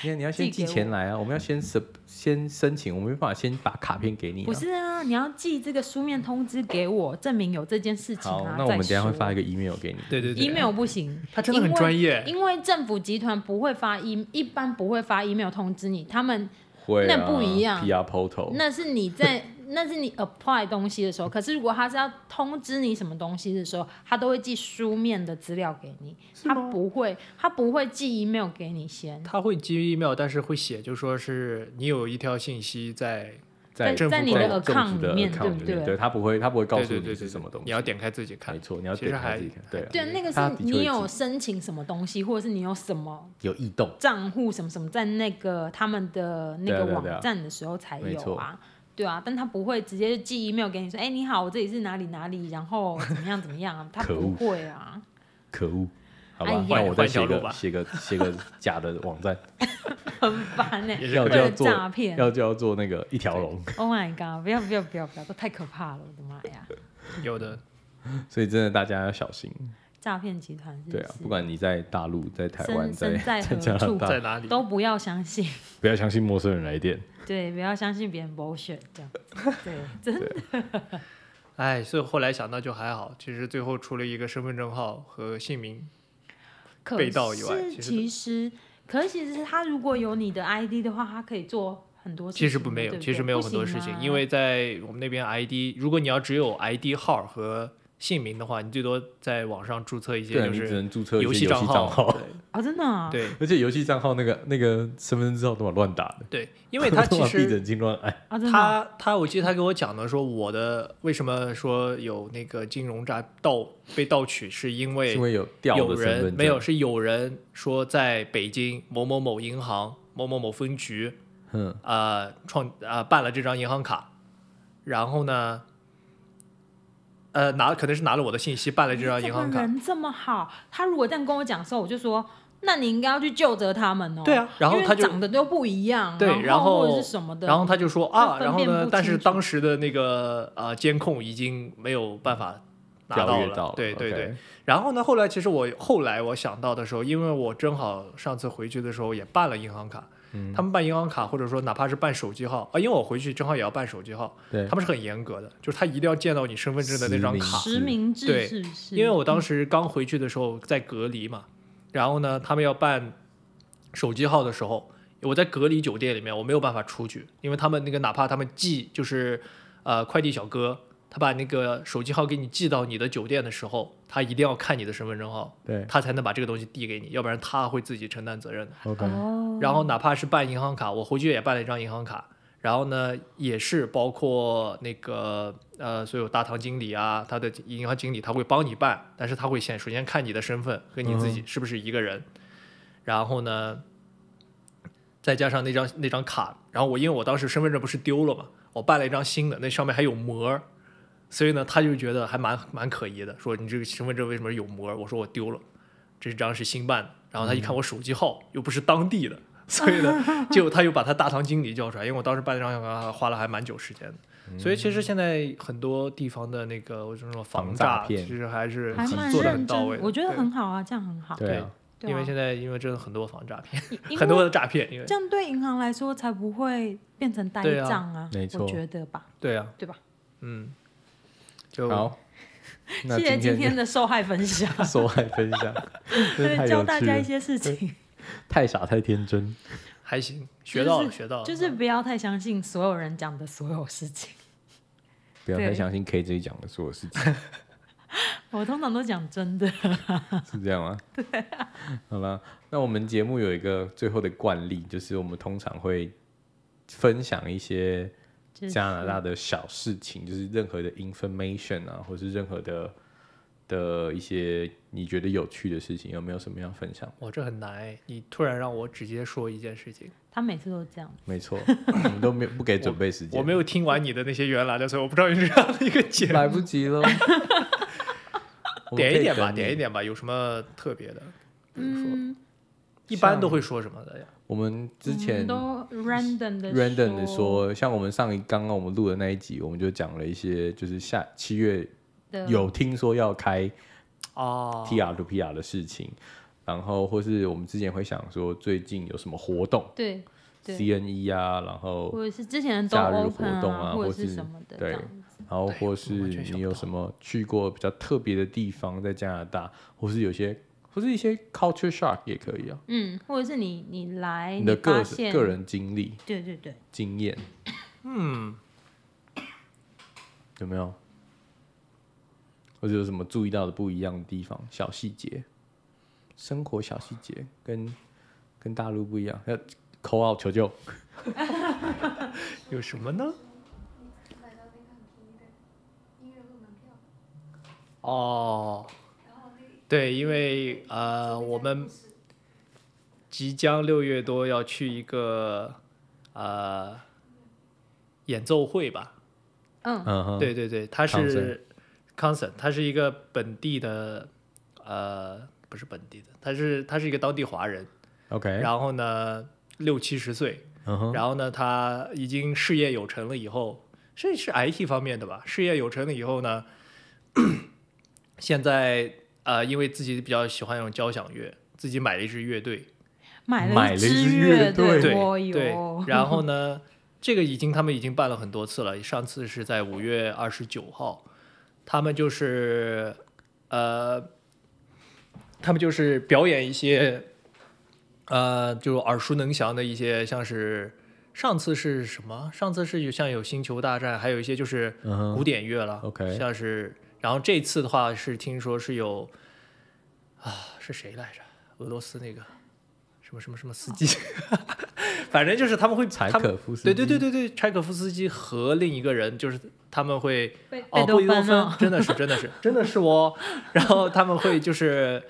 A: 你看你要先
B: 寄
A: 寄
B: 给
A: 钱来啊，我们要先申先申请，我们没办法先把卡片给 你、啊。
B: 不是啊，你要寄这个书面通知给我，证明有这件事情
A: 好
B: 啊。，
A: 那我们等一
B: 再
A: 下
B: 说
A: 会发一个 email 给你。
C: 对对对
B: email 不行，
C: 他真的很专业，
B: 因为政府集团不会发 e 一般不会发 email 通知你，他们
A: 会、啊，
B: 那不一样
A: PR portal
B: 那是你在 那是你 apply 东西的时候，可是如果他是要通知你什么东西的时候，他都会寄书面的资料给你，他不会他不会寄 email 给你先。
C: 他会基于 email，但是会写，就说是你有一条信息在，
B: 在
C: 政府
B: 在你
C: 在
B: 的
A: 政府
B: account
A: 的
B: 里面，对
A: account
B: 不
A: 里面对？他不会，他不会告
C: 对
A: 诉
C: 对
A: 你
C: 对
A: 是
C: 对，
A: 什么东西。哎
C: 你要点开自己看
A: 没。错，你要
C: 其实
A: 点开
C: 还
A: 自己看。对啊，
B: 对，那个
A: 他
B: 是
A: 的确
B: 你
A: 会
B: 有
A: 记
B: 申请什么东西，或者是你有什么
A: 有异动，
B: 账户什么什么在那个他们的那
A: 对啊
B: 个
A: 对啊
B: 网
A: 对啊
B: 站的时候才
A: 没
B: 有
A: 错
B: 啊，对啊，但他不会直接就寄 email 给你说，哎、你好，我这里是哪里哪里，然后怎么样怎么样啊，他
A: 可
B: 不
A: 恶
B: 会啊，
A: 可恶。好
B: 哎呀
A: 吧，那我再写
C: 换一条路吧
A: 个写个写 个假的网站，
B: 很烦呢、
C: 也 是
A: 要
B: 为
A: 就要
B: 了
A: 做
B: 诈骗
A: 要就要做那个一条龙，
B: ，Oh my god，不要不要不要不要，都太可怕了，我的妈呀，
C: 有的，
A: 所以真的大家要小心。
B: 诈骗集团是
A: 对啊，不管你在大陆、在台湾、
B: 身
A: 在
B: 身在何
A: 加
B: 处
A: 拿
C: 在
A: 大，
C: 哪里？
B: 都不要相信，
A: 不要相信陌生人来电。
B: 对，不要相信别人 bullshit 这样子，对，真的
C: 哎，所以后来想到就还好，其实最后除了一个身份证号和姓名，
B: 可
C: 被盗以外
B: 是
C: 其实
B: 其实，可是其实他如果有你的 ID 的话，他可以做很多事情
C: 其
B: 嘛。
C: 实不没有，
B: 对不啊
C: 其
B: 对
C: 实没有很多
B: 不行
C: 事
B: 吗
C: 情，因为在我们那边 ID，如果你要只有 ID 号和姓名的话，你最多在网上注册一些
A: 对啊，
C: 就
A: 你只
C: 是
A: 能注册一些游戏
C: 账
A: 账号，
B: 啊，真的啊，
C: 对
A: 而且游戏账号那个那个身份证字号都蛮乱打的，
C: 对，因为它
A: 都
C: 其
A: 蛮闭
C: 实
A: 着眼睛乱按。
B: 啊，真的啊
C: 他他，我记得他给我讲的说，我的为什么说有那个金融诈盗被盗取，是因
A: 是
C: 为
A: 因为有掉的
C: 有
A: 身份
C: 人
A: 证，
C: 没有，是有人说在北京某某某银行某某某分局
A: 嗯，
C: 呃创呃办了这张银行卡，然后呢，呃拿可能是拿了我的信息办了这张银行
B: 这个
C: 卡，
B: 人这么好，他如果这样跟我讲的时候，我就说，那你应该要去救责他们哦。
C: 对啊然后
B: 因为
C: 他就
B: 长得都不一样，
C: 对
B: 然
C: 然后
B: 或者是什么的，
C: 然后他就说
B: 就
C: 啊，
B: 分
C: 然后
B: 辨
C: 呢
B: 不，
C: 但是
B: 清楚
C: 当时的那个呃监控已经没有办法拿
A: 调阅
C: 了，
A: 到了，
C: 对对
A: OK
C: 对。然后呢，后来其实我后来我想到的时候，因为我正好上次回去的时候也办了银行卡，
A: 嗯
C: 他们办银行卡或者说哪怕是办手机号啊，因为我回去正好也要办手机号，
A: 对
C: 他们是很严格的，就是他一定要见到你身份证的那张卡，
B: 实名制
C: 对
B: 是不是？
C: 因为我当时刚回去的时候在隔离嘛，然后呢，他们要办手机号的时候，我在隔离酒店里面，我没有办法出去，因为他们那个哪怕他们寄就是呃快递小哥，他把那个手机号给你寄到你的酒店的时候，他一定要看你的身份证号，
A: 对
C: 他才能把这个东西递给你，要不然他会自己承担责任的。
A: ，OK，
B: 哦，
C: 然后哪怕是办银行卡，我回去也办了一张银行卡，然后呢也是包括那个呃，所有大堂经理啊，他的银行经理他会帮你办，但是他会先首先看你的身份和你自己是不是一个人，然后呢再加上那张那张卡，然后我因为我当时身份证不是丢了嘛，我办了一张新的，那上面还有膜儿。所以呢，他就觉得还蛮蛮可疑的，说你这个身份证为什么有膜儿？我说我丢了，这张是新办的。然后他一看我手机号又不是当地的， 所以呢，就他又把他大堂经理叫出来，因为我当时办那张卡啊花了还蛮久时间的。所以其实现在很多地方的那个我就说防
A: 防诈
C: 诈，
A: 骗
C: 其实还是
B: 还蛮
C: 做的
B: 认
C: 很到位
B: 真，
C: 的。
B: 我觉得
C: 对
B: 很好啊，这样很好，
A: 对啊，
B: 对啊
C: 因为现在因为真的很多防诈骗，
B: 因
C: 很
B: 为
C: 多的诈骗，因为
B: 这样对银行来说才不会变成呆
C: 对啊
B: 账啊，
A: 没
B: 我
A: 错
B: 觉得吧，
C: 对啊，
B: 对吧？
C: 嗯，就
A: 好，那
B: 谢谢今
A: 今
B: 天
A: 天
B: 的受害分享，
A: 的受害分 享，真是太有
B: 对，教大
A: 趣
B: 家一
A: 了，
B: 些事情。
A: 太傻太天真，
C: 还行，学到了，
B: 就是
C: 学到 了，
B: 就是不要太相信所有人讲的所有事情。
A: 不要
B: 对
A: 太相信 K J 讲的所有事情，
B: 我通常都讲真的，
A: 是这样吗？对，
B: 啊
A: 好了，那我们节目有一个最后的惯例，就是我们通常会分享一些
B: 就是
A: 加拿大的小事情，就是任何的 information 啊，或是任何的的一些你觉得有趣的事情，有没有什么要分享？
C: 我这很难哎，你突然让我直接说一件事情，
B: 他每次都这样。
A: 没错，我们都没有不给准备时间，
C: 我没有听完你的那些原来的，所以我不知道有这样的一个节目，
A: 来不及了。 我们
C: 点
A: 可
C: 一
A: 以
C: 点吧，
A: 等你
C: 点一。点吧，有什么特别的？比如说，
B: 嗯，
C: 一般都会说什么的呀？
A: 我们之
B: 我
A: 前
B: 们嗯都 random 的
A: random 的说，像我们上一刚刚我们录的那一集，我们就讲了一些，就是下七月
B: 的
A: 有听说要开
C: 哦，
A: TR to PR 的事情。然后或是我们之前会想说最近有什么活动
B: 对对
A: ，CNE 啊，然后
B: 或者是之前都
A: 假日
B: open
A: 活动啊
B: 或者
A: 或
B: 是
A: 是
B: 什么的这
A: 对
B: 样子，
A: 然后
C: 对
A: 或
C: 我
A: 是
C: 完全
A: 你
C: 想不
A: 有
C: 到
A: 什么去过比较特别的地方在加拿大，或是有些或是一些 culture shock 也可以啊，
B: 嗯，或者是你哎你来
A: 你的个
B: 发现
A: 个，人经历
B: 对对对，
A: 经验
C: 嗯，
A: 有没有？或者有什么注意到的不一样的地方、小细节、生活小细节，跟跟大陆不一样，要 call out 求救。
C: 有什么呢？
D: 买到那个很便宜的音乐会门票，
C: 哦，
D: 然后那
C: 对，因为呃，我们即将六月多要去一个呃演奏会吧？
B: 嗯
A: 嗯哼，
C: 对对对，它
A: concert
C: 是 concert，它是一个本地的呃，不是本地的，它是它是一个当地华人，
A: ，OK，
C: 然后呢六七十岁，
A: 哎嗯哼，
C: 然后呢，他已经事业有成了以后，是是 IT 方面的吧？事业有成了以后呢， 现在呃，因为自己比较喜欢那种交响乐，自己买了一支乐队，
B: 买了
A: 买了
B: 一
A: 一
B: 支
A: 支
B: 乐
A: 乐队
C: 对
B: 哦
C: 对
B: 哟，，
C: 然后呢，这个已经他们已经办了很多次了，上次是在五月二十九号，他们就是呃，他们就是表演一些呃，就耳熟能详的一些，像是上次是什么？上次是有像有《星球大战》，还有一些就是
A: 嗯哼
C: 古典乐了、
A: OK
C: 像是然后这次的话是听说是有啊，是谁来着？俄罗斯那个什么什么什么司机，反正就是他们会
A: 柴
C: 他们
A: 可夫斯
C: 对
A: 基，
C: 对对对对，柴可夫斯基和另一个人就是他们会
B: 贝贝
C: 哦，贝多
B: 芬
C: 芬
B: 哦，
C: 真的是真的是真的是哦。然后他们会就是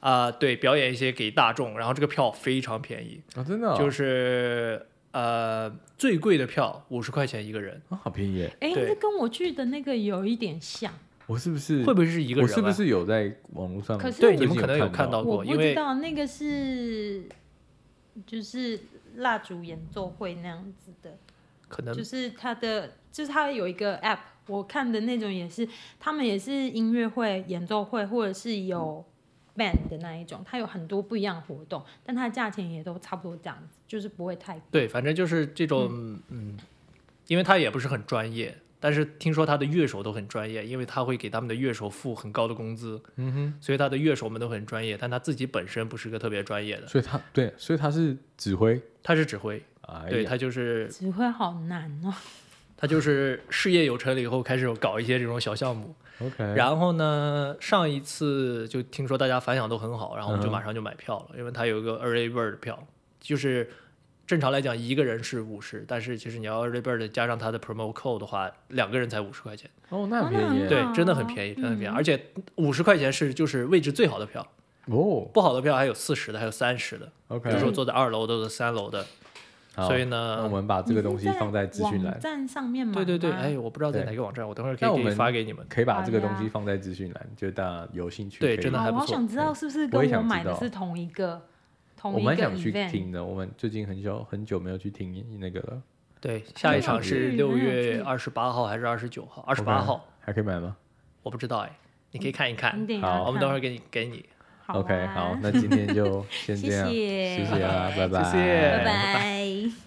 C: 啊、对，表演一些给大众，然后这个票非常便宜，
A: 啊，真的哦，
C: 就是呃最贵的票五十块钱一个人，
A: 啊，好便宜耶，
B: 哎，
C: 对
B: 这跟我去的那个有一点像，
A: 我是不是
C: 会不会是一个
A: 我
C: 人、啊？
A: 是不是有在网络上？
B: 可是
C: 对
B: 我
C: 你们
A: 最近
C: 可能
A: 有
C: 有看
A: 到
C: 到
B: 我
C: 过，
B: 不
C: 因
B: 知
C: 为
B: 道那个是就是蜡烛演奏会那样子的，
C: 可能
B: 就是它的就是它有一个 app，我看的那种也是，他们也是音乐会、演奏会或者是有 band 的那一种，它有很多不一样的活动，但它的价钱也都差不多这样子，就是不会太
C: 对，反正就是这种嗯因为他也不是很专业。但是听说他的乐手都很专业，因为他会给他们的乐手付很高的工资，
A: 嗯哼，
C: 所以他的乐手们都很专业。但他自己本身不是个特别专业的，
A: 所以他对，所以他是指挥，
C: 他是指挥，
A: 哎
C: 对
A: 呀，
C: 他就是
B: 指挥好难哦。
C: 他就是事业有成了以后，开始有搞一些这种小项目。
A: ，OK，
C: 然后呢，上一次就听说大家反响都很好，然后我们就
A: 嗯
C: 马上就买票了，因为它有一个 early bird 的票，就是正常来讲一个人是五十，但是其实你要 early bird 加上它的 promo code 的话，两个人才五十块钱，
A: 哦，那
B: 哦
A: 很
B: 那
A: 便宜
B: 很
A: 耶，
C: 对，真的很便宜，真的很便宜，
A: 啊
B: 嗯
C: 而且五十块钱是就是位置最好的票，
A: 哦
C: 不好的票还有四十的，还有三十的，比
A: ，OK，
C: 如说坐在二楼的、坐在三楼的，
A: 好
C: 所以呃
A: 那我
C: 呢。
A: 们把这个东西放在资讯
B: 网
A: 栏，
B: 站上面买吗
C: 对对对，哎，，我不知道在
A: 对
C: 哪个网站，我等会儿可
A: 那我
C: 以给
A: 们
C: 发给你们。
A: 可以把这个东
B: 好
A: 西
B: 呀
A: 放在资讯栏，就大家有兴趣
C: 对
A: 可以
C: 真的
B: 哦
C: 还
B: 我
C: 不
B: 好
C: 错
B: 想知道是不是
A: 哎我
B: 跟
A: 也想
B: 买
A: 知
B: 的
A: 道
B: 是同一个同
A: 我
B: 一个
A: 蛮想去
B: event
A: 听的，我们最近很久很久没有去听那个了，
C: 对，下一场是
B: 很有
C: 六
B: 趣
C: 月二十八号还是二十九号？二十八
A: OK
C: 号，
A: 还可以买吗
C: 我不知道哎，你可以看一看
B: 你。得
A: 好
B: 要
C: 我们等
B: 看
C: 会儿给你给你。
B: 啊
A: ？OK，好，那今天就先
B: 谢
A: 这样，
B: 谢
A: 谢谢啊，拜拜，
C: 谢
B: 拜
C: 谢
B: 拜。